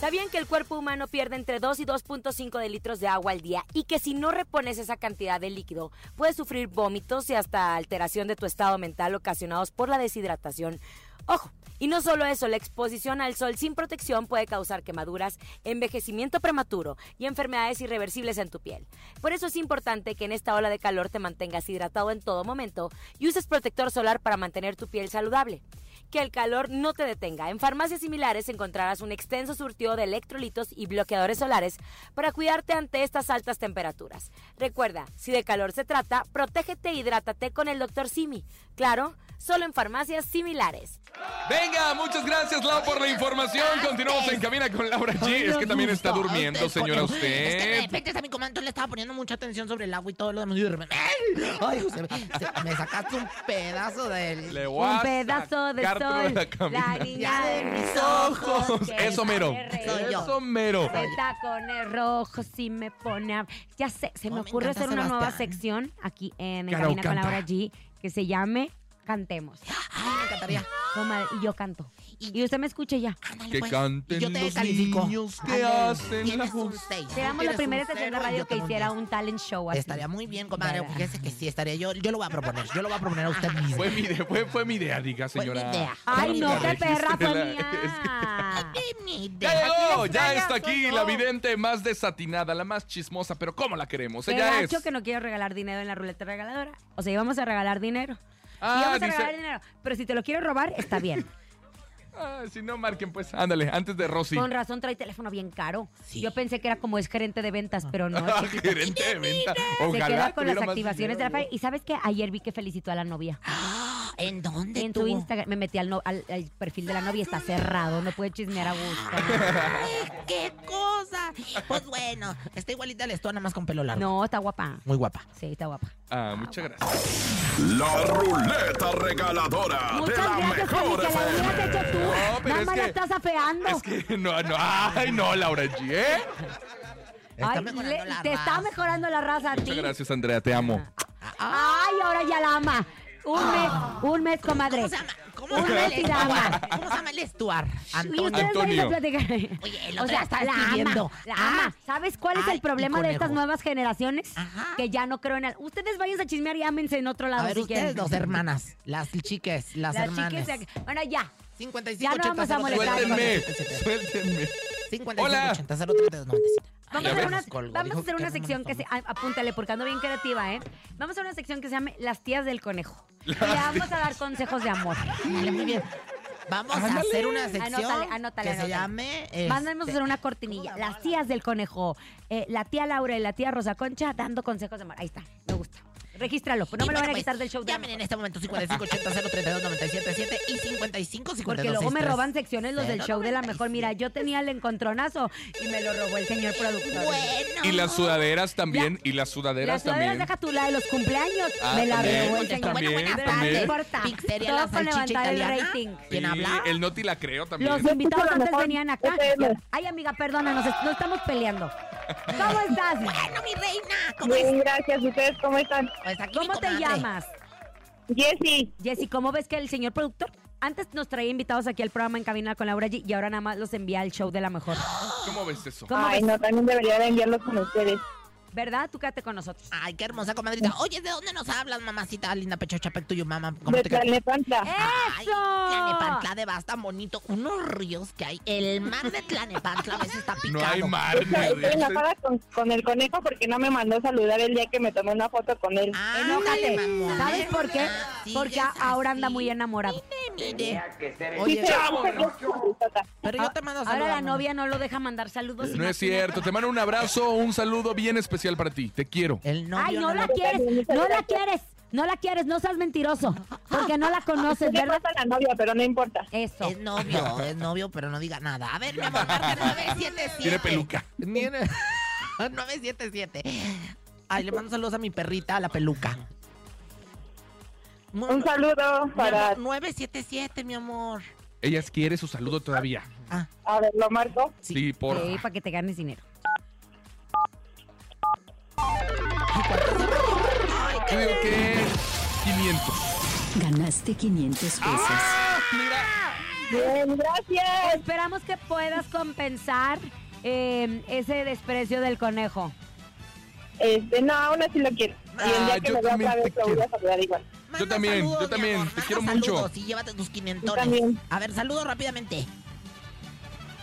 Speaker 2: ¿Sabían que el cuerpo humano pierde entre 2 y 2.5 de litros de agua al día y que si no repones esa cantidad de líquido puedes sufrir vómitos y hasta alteración de tu estado mental ocasionados por la deshidratación? Ojo, y no solo eso, la exposición al sol sin protección puede causar quemaduras, envejecimiento prematuro y enfermedades irreversibles en tu piel. Por eso es importante que en esta ola de calor te mantengas hidratado en todo momento y uses protector solar para mantener tu piel saludable que el calor no te detenga. En farmacias similares encontrarás un extenso surtido de electrolitos y bloqueadores solares para cuidarte ante estas altas temperaturas. Recuerda, si de calor se trata, protégete e hidrátate con el Dr. Simi. Claro, solo en farmacias similares.
Speaker 4: Venga, muchas gracias, Lau, por la información. Continuamos en cabina con Laura G. Es que también está durmiendo, señora,
Speaker 3: Es que de
Speaker 4: usted.
Speaker 3: repente a mi comando le estaba poniendo mucha atención sobre el agua y todo lo demás. Y de repente, ¡ay! Ay, José, se- me sacaste un pedazo del...
Speaker 4: Le voy a sacar todo de la cabina.
Speaker 3: niña de mis
Speaker 4: Ojos. Eso mero.
Speaker 3: Soy yo.
Speaker 4: Eso mero.
Speaker 2: De tacones rojos y me pone a... Ya sé, se me
Speaker 3: Oh, me
Speaker 2: ocurre
Speaker 3: encanta
Speaker 2: hacer una nueva
Speaker 3: Sebastián.
Speaker 2: sección aquí en En
Speaker 4: Caro
Speaker 2: Cabina con
Speaker 4: canta.
Speaker 2: Laura G que se llame Cantemos.
Speaker 3: Ay, me encantaría.
Speaker 2: Comadre, y yo canto. Y usted me escucha y ya.
Speaker 3: Ándale,
Speaker 4: Que
Speaker 3: pues.
Speaker 4: canten
Speaker 3: Y yo te
Speaker 4: los
Speaker 3: califico.
Speaker 4: niños que
Speaker 3: Ándale.
Speaker 4: hacen la
Speaker 3: Tienes un
Speaker 4: voz.
Speaker 3: seis, tú
Speaker 2: Seríamos la
Speaker 3: tienes
Speaker 2: primera
Speaker 3: un
Speaker 2: estación de
Speaker 3: cero y
Speaker 2: radio
Speaker 3: yo
Speaker 2: que
Speaker 3: tengo un
Speaker 2: hiciera
Speaker 3: diez.
Speaker 2: un talent show así.
Speaker 3: Estaría muy bien, comadre.
Speaker 2: ¿Verdad?
Speaker 3: Fíjese que sí, estaría yo. Yo lo voy a proponer. Yo lo voy a proponer a usted mismo.
Speaker 4: Fue mi, idea- fue, fue mi idea, diga,
Speaker 3: Fue mi
Speaker 4: señora.
Speaker 3: idea.
Speaker 2: Ay, no, qué
Speaker 4: Dijiste
Speaker 2: perra fue
Speaker 4: la-
Speaker 2: mía.
Speaker 3: Ay, mi idea.
Speaker 4: Este, Ya llegó,
Speaker 2: Aquí la
Speaker 4: ya
Speaker 2: extraña
Speaker 4: está aquí
Speaker 2: soy
Speaker 4: la
Speaker 2: yo.
Speaker 4: vidente más desatinada, la más chismosa, pero ¿cómo la queremos?
Speaker 2: Qué
Speaker 4: Ella es.
Speaker 2: gacho que no quiero regalar dinero en la ruleta regaladora. O sea, íbamos a regalar dinero.
Speaker 4: Ah,
Speaker 2: íbamos a
Speaker 4: dice-
Speaker 2: regalar dinero. Pero si te lo quiero robar, está bien.
Speaker 4: Ah, si no, marquen pues. Ándale, antes de Rosy.
Speaker 2: Con razón trae teléfono bien caro.
Speaker 3: Sí.
Speaker 2: Yo pensé que era como es gerente de ventas, pero no.
Speaker 4: Ah,
Speaker 2: chico.
Speaker 4: gerente de venta.
Speaker 2: Se
Speaker 4: Ojalá
Speaker 2: queda con las
Speaker 4: tuviera más
Speaker 2: activaciones de la
Speaker 4: dinero. Ah,
Speaker 2: fe. Y sabes que ayer vi que felicitó a la novia.
Speaker 3: ¿En dónde
Speaker 2: En
Speaker 3: tuvo?
Speaker 2: tu Instagram me metí al, no- al- al perfil de la novia y está cerrado. No puede chismear a gusto.
Speaker 3: Ay, ¡Qué cosa! Pues bueno, está igualita la estuana, más con pelo largo.
Speaker 2: No, está guapa.
Speaker 3: Muy guapa.
Speaker 2: Sí, está guapa.
Speaker 4: Ah, muchas gracias.
Speaker 1: La ruleta regaladora
Speaker 3: Ah,
Speaker 1: de
Speaker 2: Muchas
Speaker 1: la
Speaker 2: gracias,
Speaker 1: mejor
Speaker 2: Felipe. La
Speaker 1: FM.
Speaker 2: hubieras hecho tú.
Speaker 4: No, pero
Speaker 2: Nada
Speaker 4: es
Speaker 2: más
Speaker 4: que-
Speaker 2: la estás afeando.
Speaker 4: Es que no, no. Ay, no, Laura G, ¿eh?
Speaker 3: Está
Speaker 2: Ay,
Speaker 3: mejorando
Speaker 2: le-
Speaker 3: la
Speaker 2: te está
Speaker 3: raza.
Speaker 2: mejorando la raza a ti.
Speaker 4: Muchas gracias, Andrea, te amo.
Speaker 2: Ay, ahora ya la ama. Un mes, un mes, comadre.
Speaker 3: Ah. ¿Cómo se llama? ¿Cómo
Speaker 2: Un
Speaker 3: se llama el
Speaker 2: mes y la ama.
Speaker 3: Stuart? ¿Cómo se llama el Stuart?
Speaker 2: Y
Speaker 3: Antonio.
Speaker 2: ustedes vayan a
Speaker 4: Antonio.
Speaker 2: platicar.
Speaker 3: Oye, el
Speaker 2: o
Speaker 3: otro
Speaker 2: sea,
Speaker 3: la está
Speaker 2: la ama,
Speaker 3: escribiendo.
Speaker 2: la
Speaker 3: Ah.
Speaker 2: ama. ¿Sabes cuál es
Speaker 3: Ay,
Speaker 2: el problema
Speaker 3: y
Speaker 2: de estas
Speaker 3: conejo.
Speaker 2: nuevas generaciones?
Speaker 3: Ajá.
Speaker 2: Que ya no creo en el... Ustedes vayan a chismear y ámense en otro lado.
Speaker 3: A ver,
Speaker 2: si
Speaker 3: ustedes
Speaker 2: quieren.
Speaker 3: dos hermanas, las chiques, las,
Speaker 2: Las
Speaker 3: hermanas.
Speaker 2: chiquis de- Bueno, ya.
Speaker 3: 55,
Speaker 2: Ya no vamos a molestar.
Speaker 4: Suéltenme, suéltenme.
Speaker 3: 55,
Speaker 4: Hola.
Speaker 3: 80, 03, 97.
Speaker 2: Vamos
Speaker 4: Ya
Speaker 2: a hacer
Speaker 4: ves,
Speaker 2: una,
Speaker 3: nos colgó,
Speaker 2: vamos a
Speaker 3: dijo
Speaker 2: hacer una
Speaker 3: que
Speaker 2: sección que se.
Speaker 3: hermanas
Speaker 2: ah, Apúntale, porque ando bien creativa, ¿eh? Vamos a hacer una sección que se llame Las tías del conejo. Y le vamos a dar consejos de amor.
Speaker 3: Vale, muy bien. Vamos a hacer una sección
Speaker 2: Anótale, anótale,
Speaker 3: que
Speaker 2: anótale.
Speaker 3: se llame... este,
Speaker 2: Mandamos a hacer una cortinilla. Las tías del conejo. Eh, la tía Laura y la tía Rosa Concha dando consejos de amor. Ahí está, me gusta. Regístralo, no me lo van
Speaker 3: Y bueno,
Speaker 2: a
Speaker 3: pues,
Speaker 2: quitar del show de
Speaker 3: Llamen
Speaker 2: amor.
Speaker 3: en este momento 55 80 032 977 y 55 52
Speaker 2: Porque luego me
Speaker 3: 63.
Speaker 2: roban secciones los del show de la mejor. Mira, yo tenía el encontronazo y me lo robó el señor productor.
Speaker 3: Bueno.
Speaker 4: Y las sudaderas también, y las
Speaker 2: Las
Speaker 4: sudaderas
Speaker 2: sudaderas
Speaker 4: también.
Speaker 2: deja tu la de los cumpleaños.
Speaker 4: Ah,
Speaker 2: me la
Speaker 4: también,
Speaker 2: robó el
Speaker 4: pues,
Speaker 2: señor.
Speaker 4: también,
Speaker 2: Bueno, bueno,
Speaker 4: también.
Speaker 2: no importa.
Speaker 3: Pizzería
Speaker 2: Todo
Speaker 3: La
Speaker 2: con
Speaker 3: Salchicha
Speaker 2: levantar
Speaker 3: Italiana.
Speaker 2: el rating.
Speaker 3: ¿Quién
Speaker 4: Sí,
Speaker 3: habla?
Speaker 4: El Noti la creo también.
Speaker 2: Los invitados
Speaker 8: Escucho lo
Speaker 2: antes
Speaker 8: mejor.
Speaker 2: venían acá.
Speaker 8: FM.
Speaker 2: Ay, amiga, perdona, nos, est- nos estamos peleando. ¿Cómo estás?
Speaker 3: Bueno, mi reina, ¿cómo es?
Speaker 8: Bien, gracias. ¿Ustedes cómo están?
Speaker 3: Pues aquí mi
Speaker 2: ¿Cómo te
Speaker 3: comadre.
Speaker 2: llamas?
Speaker 8: Jessy,
Speaker 2: Jessy, ¿cómo ves que el señor productor antes nos traía invitados aquí al programa en Cabina con Laura G y ahora nada más los envía al show de la mejor?
Speaker 4: ¿Cómo ves eso?
Speaker 2: ¿Cómo
Speaker 8: ay,
Speaker 2: ves?
Speaker 8: no, también debería de enviarlos con ustedes.
Speaker 2: ¿Verdad? Tú quédate con nosotros.
Speaker 3: Ay, qué hermosa comadrita. Oye, ¿de dónde nos hablas, mamacita linda pechocha pectuyo, mamá?
Speaker 8: de
Speaker 3: te quedas?
Speaker 8: Tlalnepantla.
Speaker 3: Ay,
Speaker 2: ¡Eso!
Speaker 3: Tlanepantla de Basta, bonito. Unos ríos que hay. El mar de Tlanepantla a veces está picado.
Speaker 4: No hay mar, ni
Speaker 8: Estoy
Speaker 4: río.
Speaker 8: enojada con, con el conejo porque no me mandó saludar el día que me tomé una foto con él.
Speaker 2: Enójate. ¿Sabes por qué?
Speaker 3: Ah, sigues
Speaker 2: Porque ahora anda
Speaker 3: así.
Speaker 2: muy enamorado.
Speaker 3: Mire, mire.
Speaker 8: Sí,
Speaker 3: Oye, ah,
Speaker 8: se- se- risota.
Speaker 3: pero yo te mando
Speaker 2: Ahora
Speaker 3: saludos,
Speaker 2: la
Speaker 3: mamá.
Speaker 2: novia no lo deja mandar saludos.
Speaker 4: No
Speaker 2: sino-
Speaker 4: es cierto. Te mando un abrazo, un saludo bien especial para ti. Te quiero.
Speaker 3: El novio
Speaker 2: Ay, no
Speaker 3: no
Speaker 2: la
Speaker 3: lo-
Speaker 2: quieres, no la quieres, no la quieres, no seas mentiroso, porque no la conoces,
Speaker 8: Me
Speaker 2: ¿verdad?
Speaker 8: pasa la novia, pero no importa.
Speaker 2: Eso.
Speaker 3: Es novio, es novio, pero no diga nada. A ver, mi amor, marca 977.
Speaker 4: Tiene peluca.
Speaker 3: Tiene- 977. Ay, le mando saludos a mi perrita, a la peluca.
Speaker 8: Un saludo
Speaker 3: Mi amor,
Speaker 8: para...
Speaker 3: 977, mi amor.
Speaker 4: Ella quiere su saludo todavía.
Speaker 3: Ah,
Speaker 8: A ver, lo marco.
Speaker 4: Sí,
Speaker 3: sí.
Speaker 4: por
Speaker 2: para que te ganes dinero.
Speaker 4: Creo que 500.
Speaker 9: Ganaste 500 pesos.
Speaker 4: ¡Ah! Mira.
Speaker 8: Bien, gracias.
Speaker 2: Esperamos que puedas compensar eh, ese desprecio del conejo.
Speaker 8: Este, no, aún así lo quiero. Y el
Speaker 4: Ah,
Speaker 8: día que
Speaker 4: yo
Speaker 8: me vea
Speaker 4: también te
Speaker 8: otra vez lo voy a
Speaker 4: quiero.
Speaker 8: saludar igual.
Speaker 3: Manda
Speaker 4: Yo también,
Speaker 3: saludos,
Speaker 4: yo
Speaker 3: mi
Speaker 4: también,
Speaker 3: amor,
Speaker 4: te
Speaker 3: manda
Speaker 4: quiero mucho.
Speaker 3: saludos Y llévate tus 500.
Speaker 8: también.
Speaker 3: A ver, saludos rápidamente.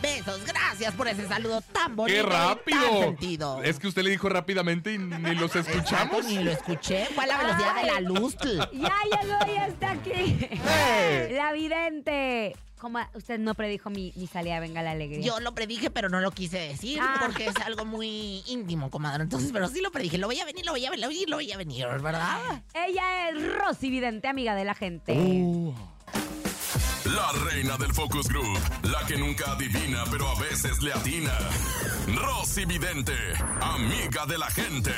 Speaker 3: Besos, gracias por ese saludo tan bonito.
Speaker 4: ¡Qué
Speaker 3: y tan
Speaker 4: rápido!
Speaker 3: sentido.
Speaker 4: Es que usted le dijo rápidamente y ni los
Speaker 3: Exacto,
Speaker 4: escuchamos.
Speaker 3: Ni lo escuché. Fue a la velocidad de la luz. tl.
Speaker 2: Ya llegó y está aquí.
Speaker 4: ¡Eh!
Speaker 2: La vidente. Como usted no predijo mi, mi salida, venga la alegría.
Speaker 3: Yo lo predije, pero no lo quise decir
Speaker 2: Ah.
Speaker 3: porque es algo muy íntimo, comadre. Entonces, pero sí lo predije. Lo voy a venir, lo voy a venir, lo voy a venir, ¿verdad?
Speaker 2: Ella es Rosy Vidente, amiga de la gente.
Speaker 1: La reina del Focus Group, la que nunca adivina pero a veces le atina. Rosy Vidente, amiga de la gente.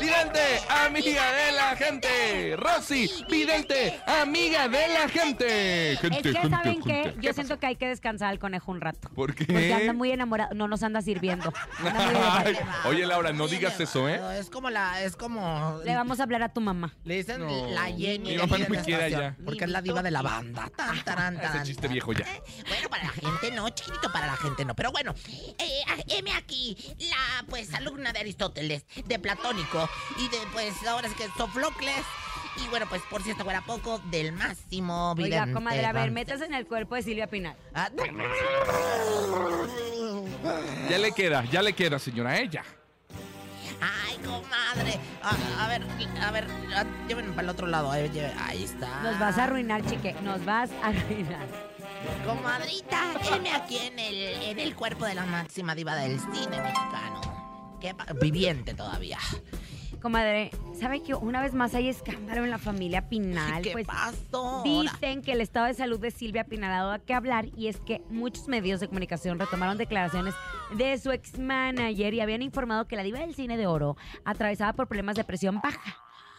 Speaker 4: Vidente, amiga de la gente. Rosy, vidente, amiga de la gente.
Speaker 2: Es que, ¿saben qué?
Speaker 4: gente.
Speaker 2: Yo siento que hay que descansar al conejo un rato.
Speaker 4: ¿Por qué?
Speaker 2: Porque Pues anda muy enamorado. No nos anda sirviendo. Anda muy enamorado.
Speaker 4: Ay, oye, Laura, no digas eso, ¿eh?
Speaker 3: Es como la, es como.
Speaker 2: Le vamos a hablar a tu mamá.
Speaker 3: Le dicen
Speaker 4: No,
Speaker 3: la Jenny.
Speaker 4: mi
Speaker 3: de
Speaker 4: mamá
Speaker 3: aquí
Speaker 4: no
Speaker 3: de
Speaker 4: me
Speaker 3: la
Speaker 4: quiere
Speaker 3: estación,
Speaker 4: ya.
Speaker 3: Porque es la diva de la banda. Tan, taran,
Speaker 4: Ese
Speaker 3: taran,
Speaker 4: chiste
Speaker 3: tan.
Speaker 4: viejo ya.
Speaker 3: Bueno, para la gente no, chiquitito para la gente no. Pero bueno, eh, a- heme aquí, la pues alumna de Aristóteles, de Platónico, y de pues ahora es que Sofocles, y bueno, pues por si esto fuera poco, del máximo
Speaker 2: Oiga,
Speaker 3: vidente.
Speaker 2: comadre, a ver,
Speaker 3: Dante.
Speaker 2: métase en el cuerpo de Silvia Pinal.
Speaker 3: Ah,
Speaker 4: Ya le queda, ya le queda, señora, ella.
Speaker 3: Ay, comadre. A, a ver, a ver, ah, llévenme para el otro lado. Ahí, lleve- ahí está.
Speaker 2: Nos vas a arruinar, chique. Nos vas a arruinar.
Speaker 3: Comadrita, heme aquí en el, en el cuerpo de la máxima diva del cine mexicano. Qué pa- viviente todavía.
Speaker 2: Comadre, ¿sabe que una vez más hay escándalo en la familia Pinal?
Speaker 3: ¿Qué
Speaker 2: pues
Speaker 3: pasó?
Speaker 2: dicen que el estado de salud de Silvia Pinal ha dado a qué hablar y es que muchos medios de comunicación retomaron declaraciones de su ex manager y habían informado que la diva del cine de oro atravesaba por problemas de presión baja.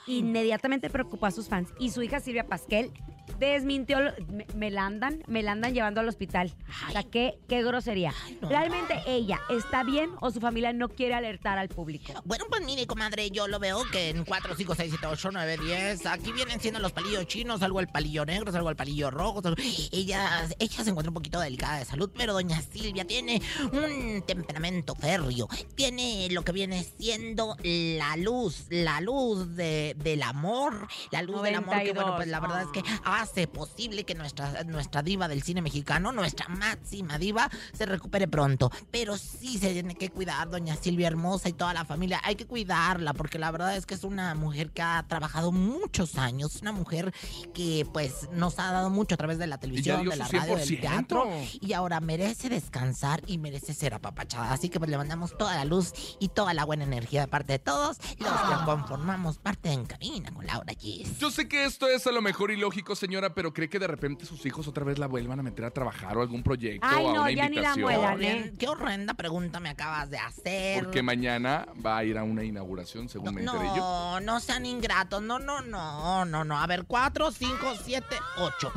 Speaker 2: Inmediatamente preocupó a sus fans y su hija Silvia Pasquel desmintió, lo- me, me la andan, me la andan llevando al hospital. O sea, qué, qué grosería.
Speaker 3: no.
Speaker 2: ¿Realmente ella está bien o su familia no quiere alertar al público?
Speaker 3: Bueno, pues mire, comadre, yo lo veo que en 4, 5, 6, 7, 8, 9, 10. Aquí vienen siendo los palillos chinos, algo el palillo negro, algo el palillo rojo. salgo- Ella, ella se encuentra un poquito delicada de salud, pero doña Silvia tiene un temperamento férreo. Tiene lo que viene siendo la luz, la luz de- del amor. La luz del amor que, bueno, pues la verdad es que hace posible que nuestra, nuestra diva del cine mexicano, nuestra máxima diva, se recupere pronto. Pero sí se tiene que cuidar, doña Silvia Hermosa y toda la familia. Hay que cuidarla, porque la verdad es que es una mujer que ha trabajado muchos años, una mujer que pues nos ha dado mucho a través de la televisión,
Speaker 4: dio
Speaker 3: de
Speaker 4: su
Speaker 3: la radio, del
Speaker 4: 100%.
Speaker 3: teatro. Y ahora merece descansar y merece ser apapachada. Así que pues le mandamos toda la luz y toda la buena energía de parte de todos los
Speaker 4: Ah.
Speaker 3: que conformamos parte de En Cabina con Laura Gis.
Speaker 4: Yo sé que esto es a lo mejor ilógico, señora, pero cree que de repente sus hijos otra vez la vuelvan a meter a trabajar o algún proyecto
Speaker 2: Ay,
Speaker 4: o a
Speaker 2: no,
Speaker 4: una
Speaker 2: ya ni la
Speaker 4: invitación.
Speaker 2: muelan. Oigan,
Speaker 3: Bien,
Speaker 2: ¿eh?
Speaker 3: Qué horrenda pregunta me acabas de hacer.
Speaker 4: Porque mañana va a ir a una inauguración, según
Speaker 3: no,
Speaker 4: me enteré yo.
Speaker 3: no, no sean ingratos. No, no, no, no, no. A ver, 4, 5, 7, 8.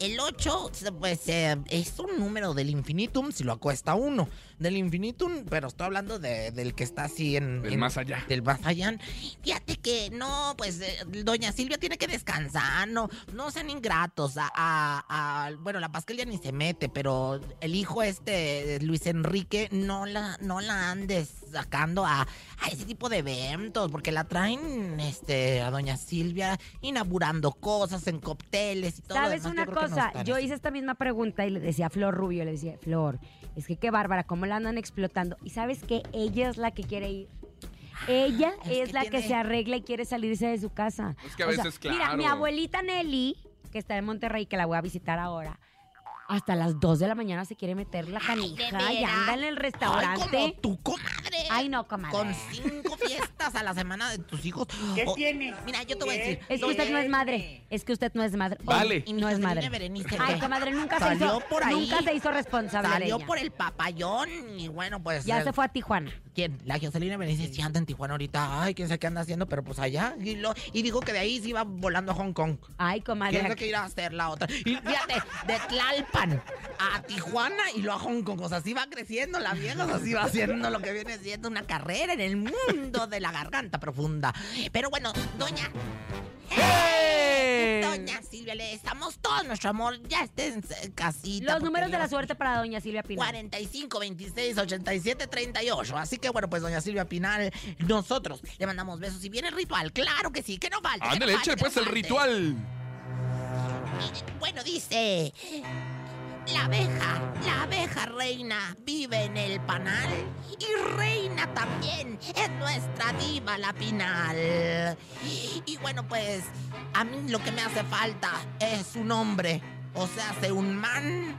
Speaker 3: El 8, pues, eh, es un número del infinitum si lo acuesta uno. Del infinitum, pero estoy hablando de- del que está así en...
Speaker 4: Del
Speaker 3: en-
Speaker 4: más allá.
Speaker 3: Del más allá. Fíjate que no, pues, eh, doña Silvia tiene que descansar. No, no sean ingratos. A, a- a- bueno, la Pascal ya ni se mete, pero el hijo este, Luis Enrique, no la, no la andes sacando a, a ese tipo de eventos, porque la traen este, a doña Silvia inaugurando cosas en cócteles y todo. lo
Speaker 2: ¿Sabes
Speaker 3: demás. Yo
Speaker 2: una
Speaker 3: creo que no
Speaker 2: cosa?
Speaker 3: están
Speaker 2: Yo
Speaker 3: así.
Speaker 2: hice esta misma pregunta y le decía a Flor Rubio, le decía, Flor, es que qué bárbara, cómo la andan explotando. Y sabes que ella es la que quiere ir. Ella
Speaker 3: Ah, es
Speaker 2: es,
Speaker 3: que
Speaker 2: la que
Speaker 3: tiene-
Speaker 2: se arregla y quiere salirse de su casa.
Speaker 4: Es que a
Speaker 2: O sea,
Speaker 4: veces,
Speaker 2: Mira,
Speaker 4: claro.
Speaker 2: mi abuelita Nelly, que está en Monterrey, que la voy a visitar ahora, hasta las 2 de la mañana se quiere meter la canija y
Speaker 3: veras?
Speaker 2: anda en el
Speaker 3: Ay,
Speaker 2: restaurante.
Speaker 3: como tu comadre.
Speaker 2: Ay, no, comadre.
Speaker 3: Con cinco fiestas a la semana de tus hijos.
Speaker 8: ¿Qué
Speaker 3: Oh,
Speaker 8: tiene?
Speaker 3: Mira, yo te voy a decir.
Speaker 2: Es que usted no es madre. Es que usted no es madre. Oye,
Speaker 4: Vale.
Speaker 2: Y no es madre.
Speaker 3: Berenice,
Speaker 2: Ay,
Speaker 3: ¿qué?
Speaker 2: comadre, nunca se
Speaker 3: Salió
Speaker 2: hizo,
Speaker 3: por ahí.
Speaker 2: nunca se hizo responsable de
Speaker 3: Salió
Speaker 2: ella.
Speaker 3: por el papayón y bueno, pues.
Speaker 2: Ya
Speaker 3: eh,
Speaker 2: se fue a Tijuana.
Speaker 3: ¿Quién? La Joselina Berenice sí anda en Tijuana ahorita. Ay, quién sabe qué anda haciendo, pero pues allá. Y, lo- y dijo que de ahí se iba volando a Hong Kong.
Speaker 2: Ay,
Speaker 3: ¿Quién
Speaker 2: comadre.
Speaker 3: sabe qué irá a hacer la otra? Y fíjate, de Tlalpan a Tijuana y lo a Hong Kong. O sea, así va creciendo la vieja, o sea, así va haciendo lo que viene siendo una carrera en el mundo de la garganta profunda. Pero bueno, doña.
Speaker 2: ¡Eh!
Speaker 4: ¡Hey!
Speaker 3: Doña Silvia, le estamos todo nuestro amor. Ya estés en casita.
Speaker 2: Los
Speaker 3: porque
Speaker 2: números de la
Speaker 3: Dios-
Speaker 2: suerte para doña Silvia Pinal.
Speaker 3: 45, 26, 87, 38. Así que bueno, pues doña Silvia Pinal, nosotros le mandamos besos. Y viene el ritual, claro que sí, que no falte. que no
Speaker 4: Ándale,
Speaker 3: falte,
Speaker 4: échale
Speaker 3: que no
Speaker 4: pues el
Speaker 3: falte.
Speaker 4: ritual.
Speaker 3: Bueno, dice. La abeja, la abeja reina vive en el panal y reina también en nuestra diva la pinal. Y bueno, pues a mí lo que me hace falta es un hombre, o sea, hace un man.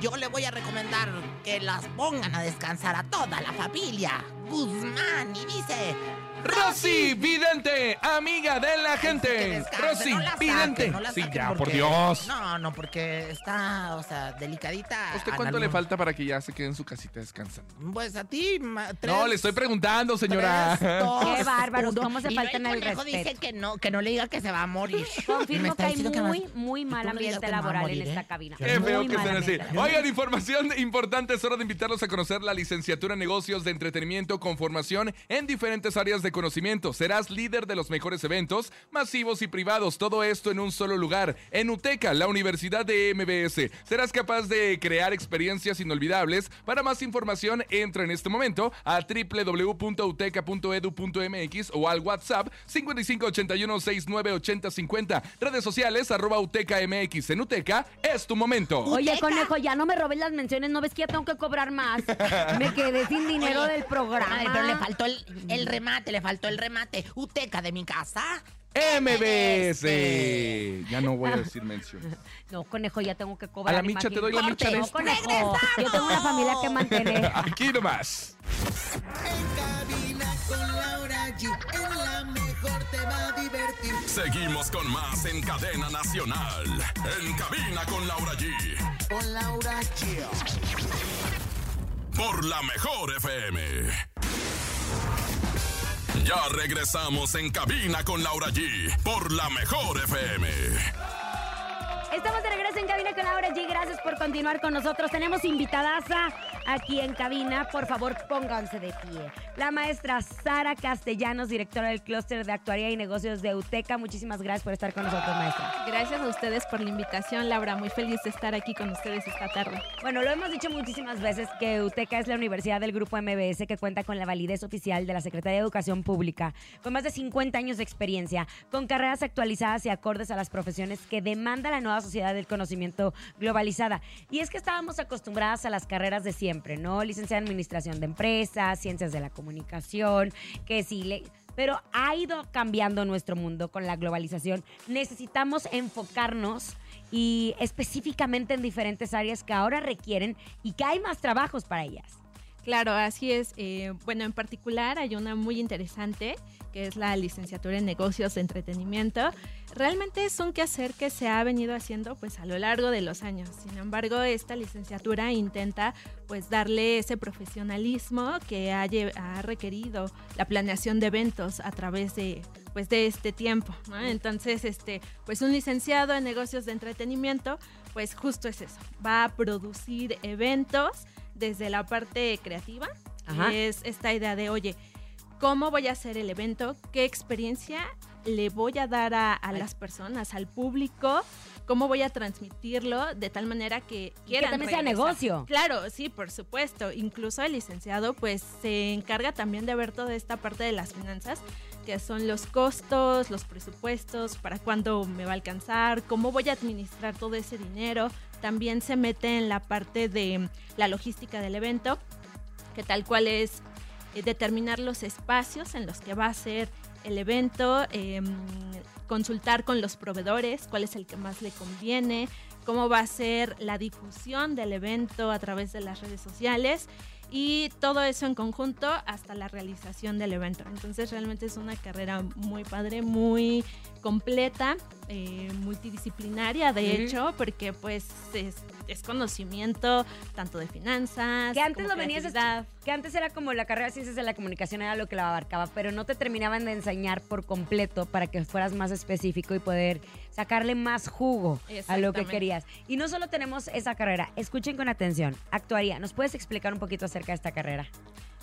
Speaker 3: Yo le voy a recomendar que las pongan a descansar a toda la familia. Guzmán y dice,
Speaker 4: Rosy Vidente, amiga de la gente. Rosy Vidente. sí, ya, por Dios.
Speaker 3: No, no, porque está, o sea, delicadita.
Speaker 4: ¿Usted
Speaker 3: en
Speaker 4: cuánto le
Speaker 3: algún-
Speaker 4: falta para que ya se quede en su casita descansando?
Speaker 3: Pues a ti, ma- tres.
Speaker 4: No, le estoy preguntando, señora.
Speaker 3: tres, dos,
Speaker 2: Qué bárbaros,
Speaker 3: uno.
Speaker 2: cómo se
Speaker 3: Y
Speaker 2: faltan
Speaker 3: luego
Speaker 2: el
Speaker 3: conejo dice
Speaker 2: respeto.
Speaker 3: que no, que no le diga que se va a morir. Me
Speaker 2: Confirmo
Speaker 3: está
Speaker 2: que hay
Speaker 3: diciendo que
Speaker 2: muy,
Speaker 3: no-
Speaker 2: muy mal
Speaker 3: que tú no digas
Speaker 2: ambiente
Speaker 3: que me va a
Speaker 2: laboral
Speaker 3: morir,
Speaker 2: en
Speaker 3: ¿eh?
Speaker 2: esta cabina.
Speaker 4: Qué
Speaker 2: Muy
Speaker 4: feo que
Speaker 2: mal
Speaker 4: estén así.
Speaker 2: ambiente laboral.
Speaker 4: Oigan, información importante. Es hora de invitarlos a conocer la licenciatura en negocios de entretenimiento con formación en diferentes áreas de conocimiento. Serás líder de los mejores eventos masivos y privados. Todo esto en un solo lugar. En UTECA, la Universidad de MBS. Serás capaz de crear experiencias inolvidables. Para más información, entra en este momento a www.uteca.edu.mx o al WhatsApp 5581-698050. Redes sociales arroba UTECA MX. En UTECA es tu momento.
Speaker 2: Oye,
Speaker 3: Uteca.
Speaker 2: conejo, ya no me robes las menciones, no ves que ya tengo que cobrar más. Me quedé sin dinero
Speaker 3: Oye,
Speaker 2: del programa.
Speaker 3: comadre, pero le faltó el, el remate, le faltó el remate. Uteca de mi casa.
Speaker 4: MBS. Este. Ya no voy a decir menciones.
Speaker 2: No, conejo, ya tengo que cobrar.
Speaker 4: A la micha, te doy la
Speaker 2: imagínate.
Speaker 4: micha
Speaker 2: No,
Speaker 4: de esta.
Speaker 3: este
Speaker 2: conejo, yo tengo una familia que mantener.
Speaker 4: Aquí nomás.
Speaker 10: En cabina con Laura G. En la mejor te va a divertir.
Speaker 1: Seguimos con más en cadena nacional. En cabina con Laura G.
Speaker 10: Con Laura G.
Speaker 1: Por la mejor FM. Ya regresamos en cabina con Laura G. Por la mejor FM.
Speaker 2: Estamos de regreso en cabina con Laura G. Gracias por continuar con nosotros. Tenemos invitadaza aquí en cabina. Por favor, pónganse de pie. La maestra Sara Castellanos, directora del clúster de actuaría y negocios de UTECA. Muchísimas gracias por estar con nosotros, maestra.
Speaker 11: Gracias a ustedes por la invitación, Laura. Muy feliz de estar aquí con ustedes esta tarde.
Speaker 2: Bueno, lo hemos dicho muchísimas veces que UTECA es la universidad del grupo MBS que cuenta con la validez oficial de la Secretaría de Educación Pública, con más de 50 años de experiencia, con carreras actualizadas y acordes a las profesiones que demanda la nueva sociedad del conocimiento globalizada. Y es que estábamos acostumbradas a las carreras de siempre, ¿no? Licenciada en Administración de Empresas, Ciencias de la Comunicación, que sí, le- pero ha ido cambiando nuestro mundo con la globalización. Necesitamos enfocarnos y específicamente en diferentes áreas que ahora requieren y que hay más trabajos para ellas.
Speaker 11: Claro, así es. Eh, bueno, en particular hay una muy interesante, que es la licenciatura en negocios de entretenimiento. Realmente es un quehacer que se ha venido haciendo pues a lo largo de los años. Sin embargo, esta licenciatura intenta pues darle ese profesionalismo que ha, lle- ha requerido la planeación de eventos a través de pues de este tiempo, ¿no? Entonces, este, pues un licenciado en negocios de entretenimiento, pues justo es eso, va a producir eventos desde la parte creativa,
Speaker 2: Ajá.
Speaker 11: que es esta idea de, oye, ¿cómo voy a hacer el evento? ¿Qué experiencia le voy a dar a, a las personas, al público? cómo voy a transmitirlo de tal manera que
Speaker 2: que
Speaker 11: quieran
Speaker 2: también sea
Speaker 11: regresar.
Speaker 2: negocio.
Speaker 11: Claro, sí, por supuesto. Incluso el licenciado pues se encarga también de ver toda esta parte de las finanzas, que son los costos, los presupuestos, para cuándo me va a alcanzar, cómo voy a administrar todo ese dinero. También se mete en la parte de mm, la logística del evento, que tal cual es eh, determinar los espacios en los que va a ser el evento, eh, consultar con los proveedores cuál es el que más le conviene, cómo va a ser la difusión del evento a través de las redes sociales y todo eso en conjunto hasta la realización del evento. Entonces realmente es una carrera muy padre, muy completa, eh, multidisciplinaria de
Speaker 2: Ujú.
Speaker 11: hecho, porque pues es, es conocimiento tanto de finanzas,
Speaker 2: Que antes
Speaker 11: como
Speaker 2: lo venías estu-
Speaker 11: creatividad.
Speaker 2: que antes era como la carrera de ciencias de la comunicación era lo que la abarcaba, pero no te terminaban de enseñar por completo para que fueras más específico y poder sacarle más jugo a lo que
Speaker 11: Exactamente.
Speaker 2: querías. Y no solo tenemos esa carrera, escuchen con atención. Actuaría, ¿nos puedes explicar un poquito acerca de esta carrera?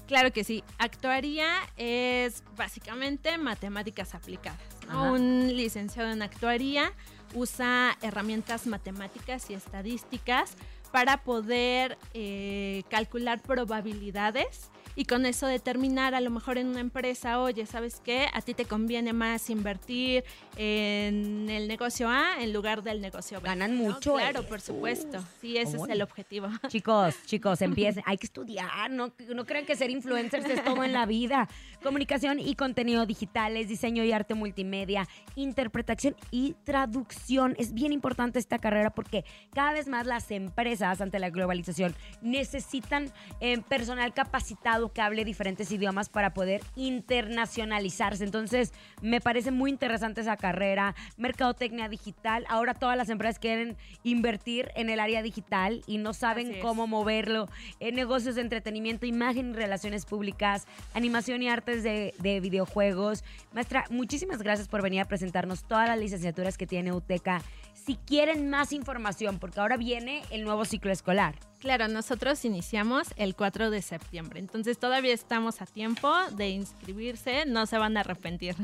Speaker 11: Claro que sí. Actuaría es básicamente matemáticas aplicadas. ¿no?
Speaker 2: Ajá.
Speaker 11: Un licenciado en actuaría usa herramientas matemáticas y estadísticas para poder eh, calcular probabilidades y con eso determinar a lo mejor en una empresa, oye, ¿sabes qué? A ti te conviene más invertir en el negocio A en lugar del negocio B.
Speaker 2: Ganan
Speaker 11: ¿no?
Speaker 2: mucho,
Speaker 11: Claro,
Speaker 2: eh.
Speaker 11: por supuesto. Sí, ese es
Speaker 2: Uy.
Speaker 11: el objetivo.
Speaker 2: Chicos, chicos, empiecen. Hay que estudiar. No, no crean que ser influencers es todo en la vida. Comunicación y contenido digitales, diseño y arte multimedia, interpretación y traducción. Es bien importante esta carrera porque cada vez más las empresas ante la globalización necesitan eh, personal capacitado que hable diferentes idiomas para poder internacionalizarse. Entonces, me parece muy interesante esa carrera. Mercadotecnia digital. Ahora todas las empresas quieren invertir en el área digital y no saben
Speaker 11: Así es.
Speaker 2: cómo moverlo. En negocios de entretenimiento, imagen y relaciones públicas, animación y artes de, de videojuegos. Maestra, muchísimas gracias por venir a presentarnos todas las licenciaturas que tiene UTECA. Si quieren más información, porque ahora viene el nuevo ciclo escolar.
Speaker 11: Claro, nosotros iniciamos el 4 de septiembre, entonces todavía estamos a tiempo de inscribirse, no se van a arrepentir.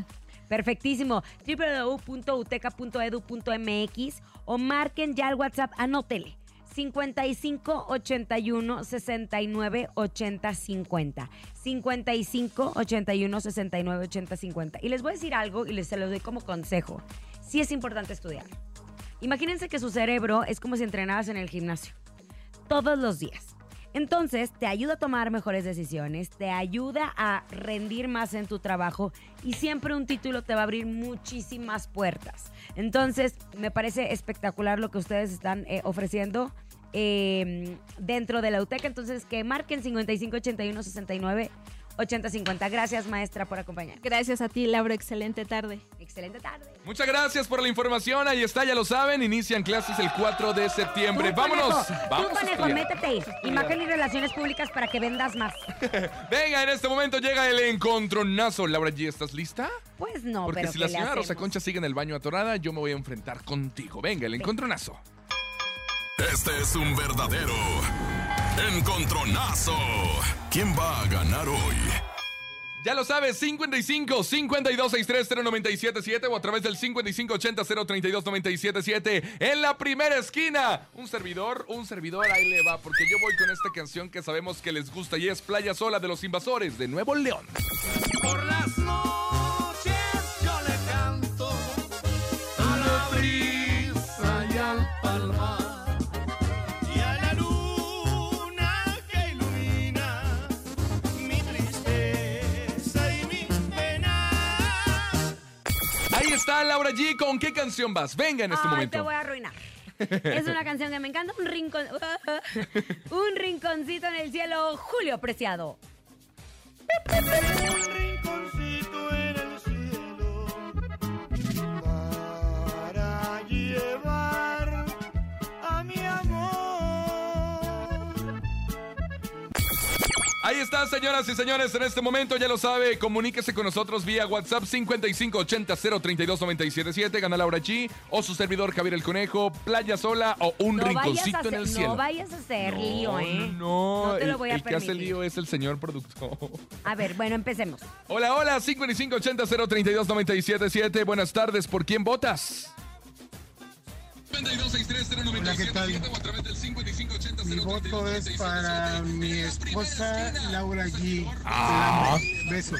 Speaker 2: Perfectísimo. www.uteca.edu.mx o marquen ya el WhatsApp, anótele. 55 81 69 80 50. 55 81 69 80 50. Y les voy a decir algo y les se los doy como consejo. Sí es importante estudiar. Imagínense que su cerebro es como si entrenaras en el gimnasio todos los días. Entonces, te ayuda a tomar mejores decisiones, te ayuda a rendir más en tu trabajo y siempre un título te va a abrir muchísimas puertas. Entonces, me parece espectacular lo que ustedes están eh, ofreciendo eh, dentro de la UTEC. Entonces, que marquen 5581 69 8050. Gracias, maestra, por acompañarnos.
Speaker 11: Gracias a ti, Laura, excelente tarde.
Speaker 2: Excelente tarde.
Speaker 4: Muchas gracias por la información. Ahí está, ya lo saben. Inician clases el 4 de septiembre.
Speaker 2: Tú,
Speaker 4: Vámonos.
Speaker 2: conejo,
Speaker 4: Vamos
Speaker 2: tú,
Speaker 4: a
Speaker 2: conejo,
Speaker 4: estudiar.
Speaker 2: métete. Imagen y relaciones públicas para que vendas más.
Speaker 4: Venga, en este momento llega el encontronazo. Laura G, ¿estás lista?
Speaker 2: Pues no,
Speaker 4: Porque
Speaker 2: pero
Speaker 4: si la
Speaker 2: ¿qué le
Speaker 4: señora Rosa
Speaker 2: hacemos?
Speaker 4: Concha sigue en el baño atorada, yo me voy a enfrentar contigo. Venga, el encontronazo.
Speaker 1: Este es un verdadero encontronazo. ¿Quién va a ganar hoy?
Speaker 4: Ya lo sabes, 55 52 63 0977 o a través del 55 80 032 977 en la primera esquina. Un servidor, un servidor, ahí le va, porque yo voy con esta canción que sabemos que les gusta y es Playa Sola de los Invasores de Nuevo León.
Speaker 10: Por las noches yo le canto a la brisa y al palmar y a la luna que ilumina mi tristeza y mis penas.
Speaker 4: Ahí está Laura G. ¿Con qué canción vas? Venga en este
Speaker 2: Ay, te
Speaker 4: momento.
Speaker 2: voy a arruinar. Es una canción que me encanta, un rincón, un rinconcito en el cielo, Julio Preciado.
Speaker 10: un rinconcito en el cielo para llevar a mi amor.
Speaker 4: Ahí está, señoras y señores, en este momento ya lo sabe, comuníquese con nosotros vía WhatsApp 5580 032 977, gana Laura G o su servidor Javier el Conejo, Playa Sola o un
Speaker 2: No vayas, a
Speaker 4: rinconcito
Speaker 2: hacer,
Speaker 4: en el
Speaker 2: no
Speaker 4: cielo.
Speaker 2: vayas a hacer
Speaker 4: No,
Speaker 2: lío, ¿eh?
Speaker 4: No,
Speaker 2: No te lo
Speaker 4: el-
Speaker 2: voy a
Speaker 4: el, que hace
Speaker 2: permitir.
Speaker 4: lío es el señor productor.
Speaker 2: A ver, bueno, empecemos.
Speaker 4: Hola, hola, 5580 032 977, buenas tardes, ¿por quién votas?
Speaker 12: Hola, ¿qué tal? Mi voto es para mi esposa Laura G.
Speaker 4: Ah.
Speaker 12: Besos.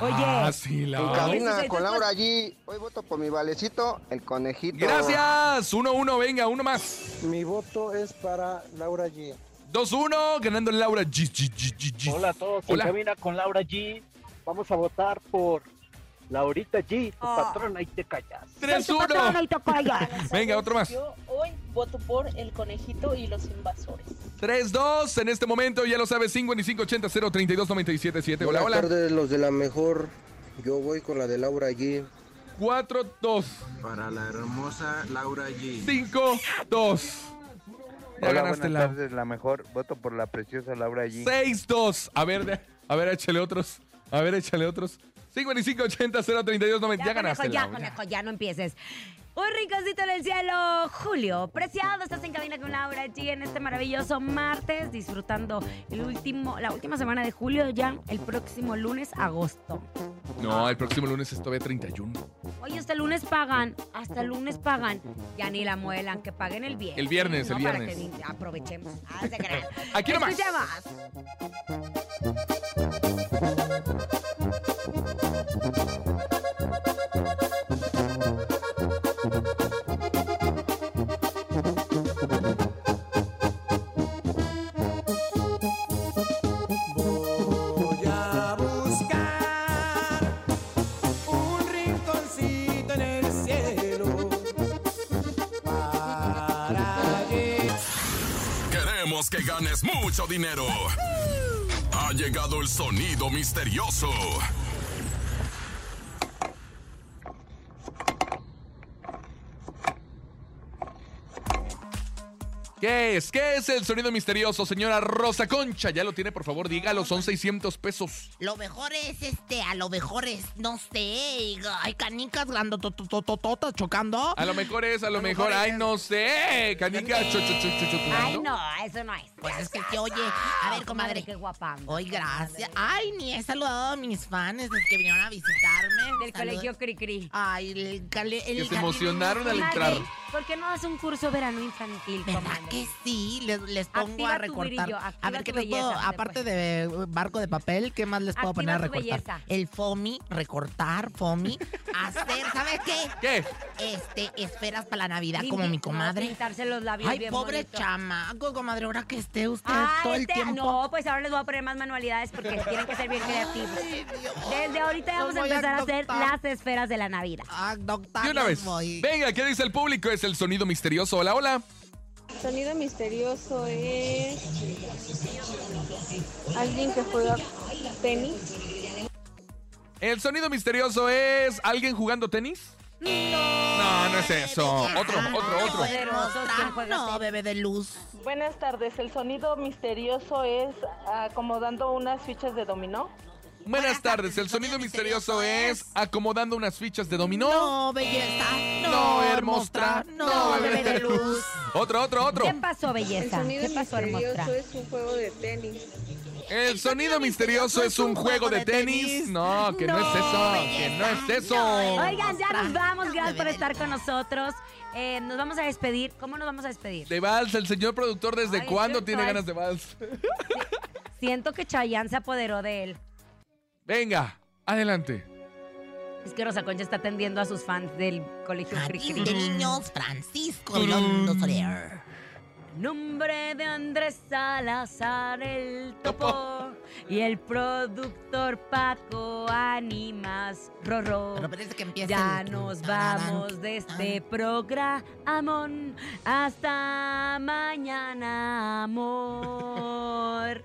Speaker 2: Oye.
Speaker 4: Ah, sí, la
Speaker 13: En cabina con Laura
Speaker 12: G.
Speaker 13: allí. Hoy voto por mi valecito, el conejito.
Speaker 4: Gracias. 1-1, venga, uno más.
Speaker 13: Mi voto es para Laura G.
Speaker 4: 2-1, ganando Laura G. G, G, G, G.
Speaker 14: Hola a todos, en
Speaker 4: Hola.
Speaker 14: cabina con Laura G. Vamos a votar por Laurita G, tu
Speaker 15: Ah.
Speaker 14: patrona y te callas.
Speaker 4: Tres, Soy tu uno. patrona y te callas. Venga, otro más.
Speaker 15: Yo hoy voto por el conejito y los invasores.
Speaker 4: 3-2, en este momento, ya lo sabes, 5580-032-977. Hola,
Speaker 16: Buenas
Speaker 4: hola.
Speaker 16: tardes, los de la mejor. Yo voy con la de Laura G.
Speaker 4: 4-2.
Speaker 16: Para la hermosa Laura G.
Speaker 4: 5-2. Ya
Speaker 17: Hola,
Speaker 4: ganaste
Speaker 17: buenas
Speaker 4: la.
Speaker 17: tardes, la mejor. Voto por la preciosa Laura G.
Speaker 4: 6-2. A ver, de- a ver, échale otros. A ver, échale otros. 5580-032-977. Ya,
Speaker 2: Ya, conejo,
Speaker 4: ganaste.
Speaker 2: ya,
Speaker 4: Laura.
Speaker 2: conejo, ya no empieces. Un rinconcito en el cielo, Julio. Preciado, estás en cabina con Laura G en este maravilloso martes, disfrutando el último, la última semana de julio, ya el próximo lunes, agosto.
Speaker 4: No, el próximo lunes es todavía 31.
Speaker 2: Oye, hasta el lunes pagan, hasta el lunes pagan. Ya ni la muelan, que paguen el viernes.
Speaker 4: El viernes, el
Speaker 2: ¿no? Para
Speaker 4: viernes.
Speaker 2: que aprovechemos. Ah, se crean.
Speaker 4: Aquí nomás.
Speaker 2: Escucha más.
Speaker 10: Voy a buscar un rinconcito en el cielo para llegar.
Speaker 1: Queremos que ganes mucho dinero. Ha llegado el sonido misterioso.
Speaker 4: ¿Qué es? ¿Qué es el sonido misterioso, señora Rosa Concha? Ya lo tiene, por favor, dígalo. Son 600 pesos.
Speaker 3: Lo mejor es este, a lo mejor es, no sé, hay canicas grandotototototas chocando.
Speaker 4: A lo mejor es, a lo mejor. Ay, no sé. Canica. cho- cho- cho- cho- cho-
Speaker 2: Ay,
Speaker 4: ¿no?
Speaker 2: no, eso no es.
Speaker 3: Pues es que, que, oye, a ver, comadre.
Speaker 2: Ah, Qué guapa. anda,
Speaker 3: Hoy,
Speaker 2: comadre.
Speaker 3: gracias. Ay, ni he saludado a mis fans desde que vinieron a visitarme.
Speaker 2: Del colegio Cricri.
Speaker 3: Ay, el, cale- el
Speaker 4: Que se
Speaker 3: cale-
Speaker 4: emocionaron al
Speaker 2: Comadre,
Speaker 4: entrar.
Speaker 2: ¿Por qué no das un curso verano infantil, comadre?
Speaker 3: que sí? Les, les pongo
Speaker 2: Activa
Speaker 3: a
Speaker 2: tu
Speaker 3: recortar.
Speaker 2: brillo,
Speaker 3: a
Speaker 2: activa
Speaker 3: ver, ¿qué
Speaker 2: tu
Speaker 3: les puedo-
Speaker 2: belleza,
Speaker 3: Aparte de eh, barco de papel, ¿qué más les puedo
Speaker 2: Activa
Speaker 3: poner a
Speaker 2: tu
Speaker 3: recortar?
Speaker 2: belleza.
Speaker 3: El foamy, recortar, foamy. hacer, ¿sabes qué?
Speaker 4: ¿Qué?
Speaker 3: Este, esferas para la Navidad,
Speaker 2: Limpi-
Speaker 3: como mi
Speaker 2: no,
Speaker 3: comadre.
Speaker 2: pintarse los labios
Speaker 3: Ay,
Speaker 2: bien
Speaker 3: pobre
Speaker 2: bonito.
Speaker 3: chamaco, comadre, ahora que esté usted
Speaker 2: Ah,
Speaker 3: todo
Speaker 2: este-
Speaker 3: el tiempo.
Speaker 2: No, pues ahora les voy a poner más manualidades porque tienen que ser bien creativos. Desde ahorita ya
Speaker 3: Los
Speaker 2: vamos a
Speaker 3: voy a
Speaker 2: empezar a hacer
Speaker 3: adoptar.
Speaker 2: las esferas de la Navidad.
Speaker 3: Ah, doctor,
Speaker 4: De una vez. Venga, ¿qué dice el público? Es el sonido misterioso. Hola, hola.
Speaker 18: Sonido misterioso es alguien que juega tenis.
Speaker 4: El sonido misterioso es. ¿Alguien jugando tenis? No, no es eso. Otro,
Speaker 3: Ah,
Speaker 4: otro, otro.
Speaker 3: No, bebé de luz.
Speaker 15: Buenas tardes, el sonido misterioso es acomodando unas fichas de dominó.
Speaker 4: Buenas tardes. El sonido misterioso es acomodando unas fichas de dominó.
Speaker 3: No, belleza.
Speaker 4: No, hermostra.
Speaker 3: No, bebé de luz.
Speaker 4: Otro, otro, otro.
Speaker 2: ¿Qué pasó, belleza? ¿Qué pasó, hermosa?
Speaker 18: es un juego de tenis.
Speaker 4: El sonido misterioso es un juego de tenis. No, que no es eso. Que no es eso.
Speaker 2: Oigan, ya nos vamos. Gracias por estar con nosotros. Eh, nos vamos a despedir. ¿Cómo nos vamos a despedir?
Speaker 4: De vals, el señor productor, ¿desde
Speaker 2: Ay,
Speaker 4: cuándo
Speaker 2: yo
Speaker 4: tiene
Speaker 2: estoy-
Speaker 4: ganas de vals?
Speaker 2: Siento que Chayanne se apoderó de él.
Speaker 4: Venga, adelante.
Speaker 2: Es que Rosa Concha está atendiendo a sus fans del colegio
Speaker 3: Ah,
Speaker 2: Cricri.
Speaker 3: de niños, Francisco Redondo Soler.
Speaker 2: Nombre de Andrés Salazar el topo y el productor Paco Animas Rorro.
Speaker 3: Pero parece que empieza
Speaker 2: Ya
Speaker 3: el-
Speaker 2: nos vamos de este programón hasta mañana, amor.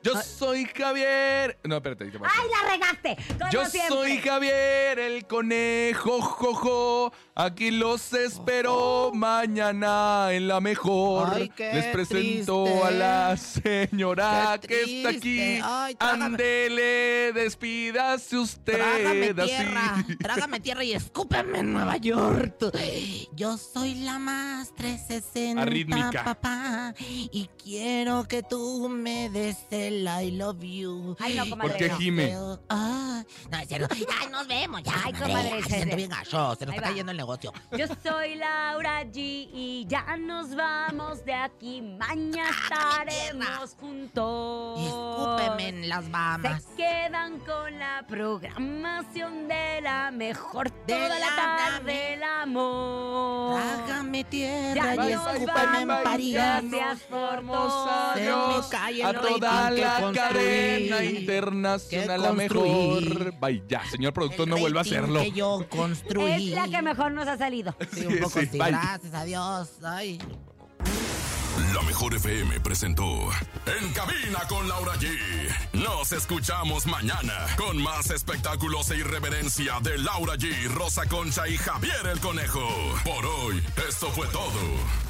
Speaker 4: Yo soy Javier. No, espérate. ¿qué pasa?
Speaker 2: ¡Ay, la regaste! Como
Speaker 4: Yo
Speaker 2: siempre.
Speaker 4: soy Javier el conejo, jojo. Aquí los espero mañana en la mejor.
Speaker 3: Ay, qué
Speaker 4: Les presento
Speaker 3: triste.
Speaker 4: a la señora
Speaker 3: Qué
Speaker 4: que está aquí.
Speaker 3: triste. Ay, trágame.
Speaker 4: Ándele, despídase
Speaker 3: Trágame
Speaker 4: usted.
Speaker 3: tierra,
Speaker 4: Así.
Speaker 3: trágame tierra y escúpeme en Nueva York. Yo soy la más 360,
Speaker 4: Arrítmica.
Speaker 3: papá, y quiero que tú me des el Miguel, I love you.
Speaker 2: Ay, no, comadre,
Speaker 4: ¿Por qué
Speaker 3: no.
Speaker 4: gime?
Speaker 3: Ah, no, es cierto. Ay, nos vemos ya.
Speaker 2: Ay,
Speaker 3: Ay,
Speaker 2: comadre,
Speaker 3: Ay,
Speaker 2: se
Speaker 3: se siente
Speaker 2: ve.
Speaker 3: bien gacho. Se nos
Speaker 2: Ahí
Speaker 3: está
Speaker 2: va.
Speaker 3: cayendo el negocio.
Speaker 2: Yo soy Laura G y ya nos vamos de aquí. Mañana estaremos juntos.
Speaker 3: Y escúpeme en las Bahamas.
Speaker 2: Se quedan con la programación de la mejor
Speaker 3: De
Speaker 2: toda la
Speaker 3: la
Speaker 2: tarde, el amor.
Speaker 3: Trágame
Speaker 2: Ya
Speaker 3: tierra y
Speaker 2: nos
Speaker 3: escúpeme en
Speaker 2: vamos.
Speaker 3: París.
Speaker 2: Gracias por todo.
Speaker 3: Se
Speaker 4: Adiós
Speaker 3: me cae el
Speaker 4: a
Speaker 3: rating
Speaker 4: toda
Speaker 3: que
Speaker 4: la
Speaker 3: construí.
Speaker 4: cadena internacional, la
Speaker 3: construí.
Speaker 4: mejor. Vaya, señor productor, no vuelva a
Speaker 3: rating
Speaker 4: hacerlo.
Speaker 3: Que yo
Speaker 2: Es
Speaker 3: construí.
Speaker 2: la que mejor nos ha salido.
Speaker 3: Sí, un poco
Speaker 4: Sí,
Speaker 3: sí.
Speaker 4: bye.
Speaker 3: Gracias a Dios. Ay.
Speaker 1: La Mejor FM presentó En Cabina con Laura G. Nos escuchamos mañana con más espectáculos e irreverencia de Laura G, Rosa Concha y Javier el Conejo. Por hoy, esto fue todo.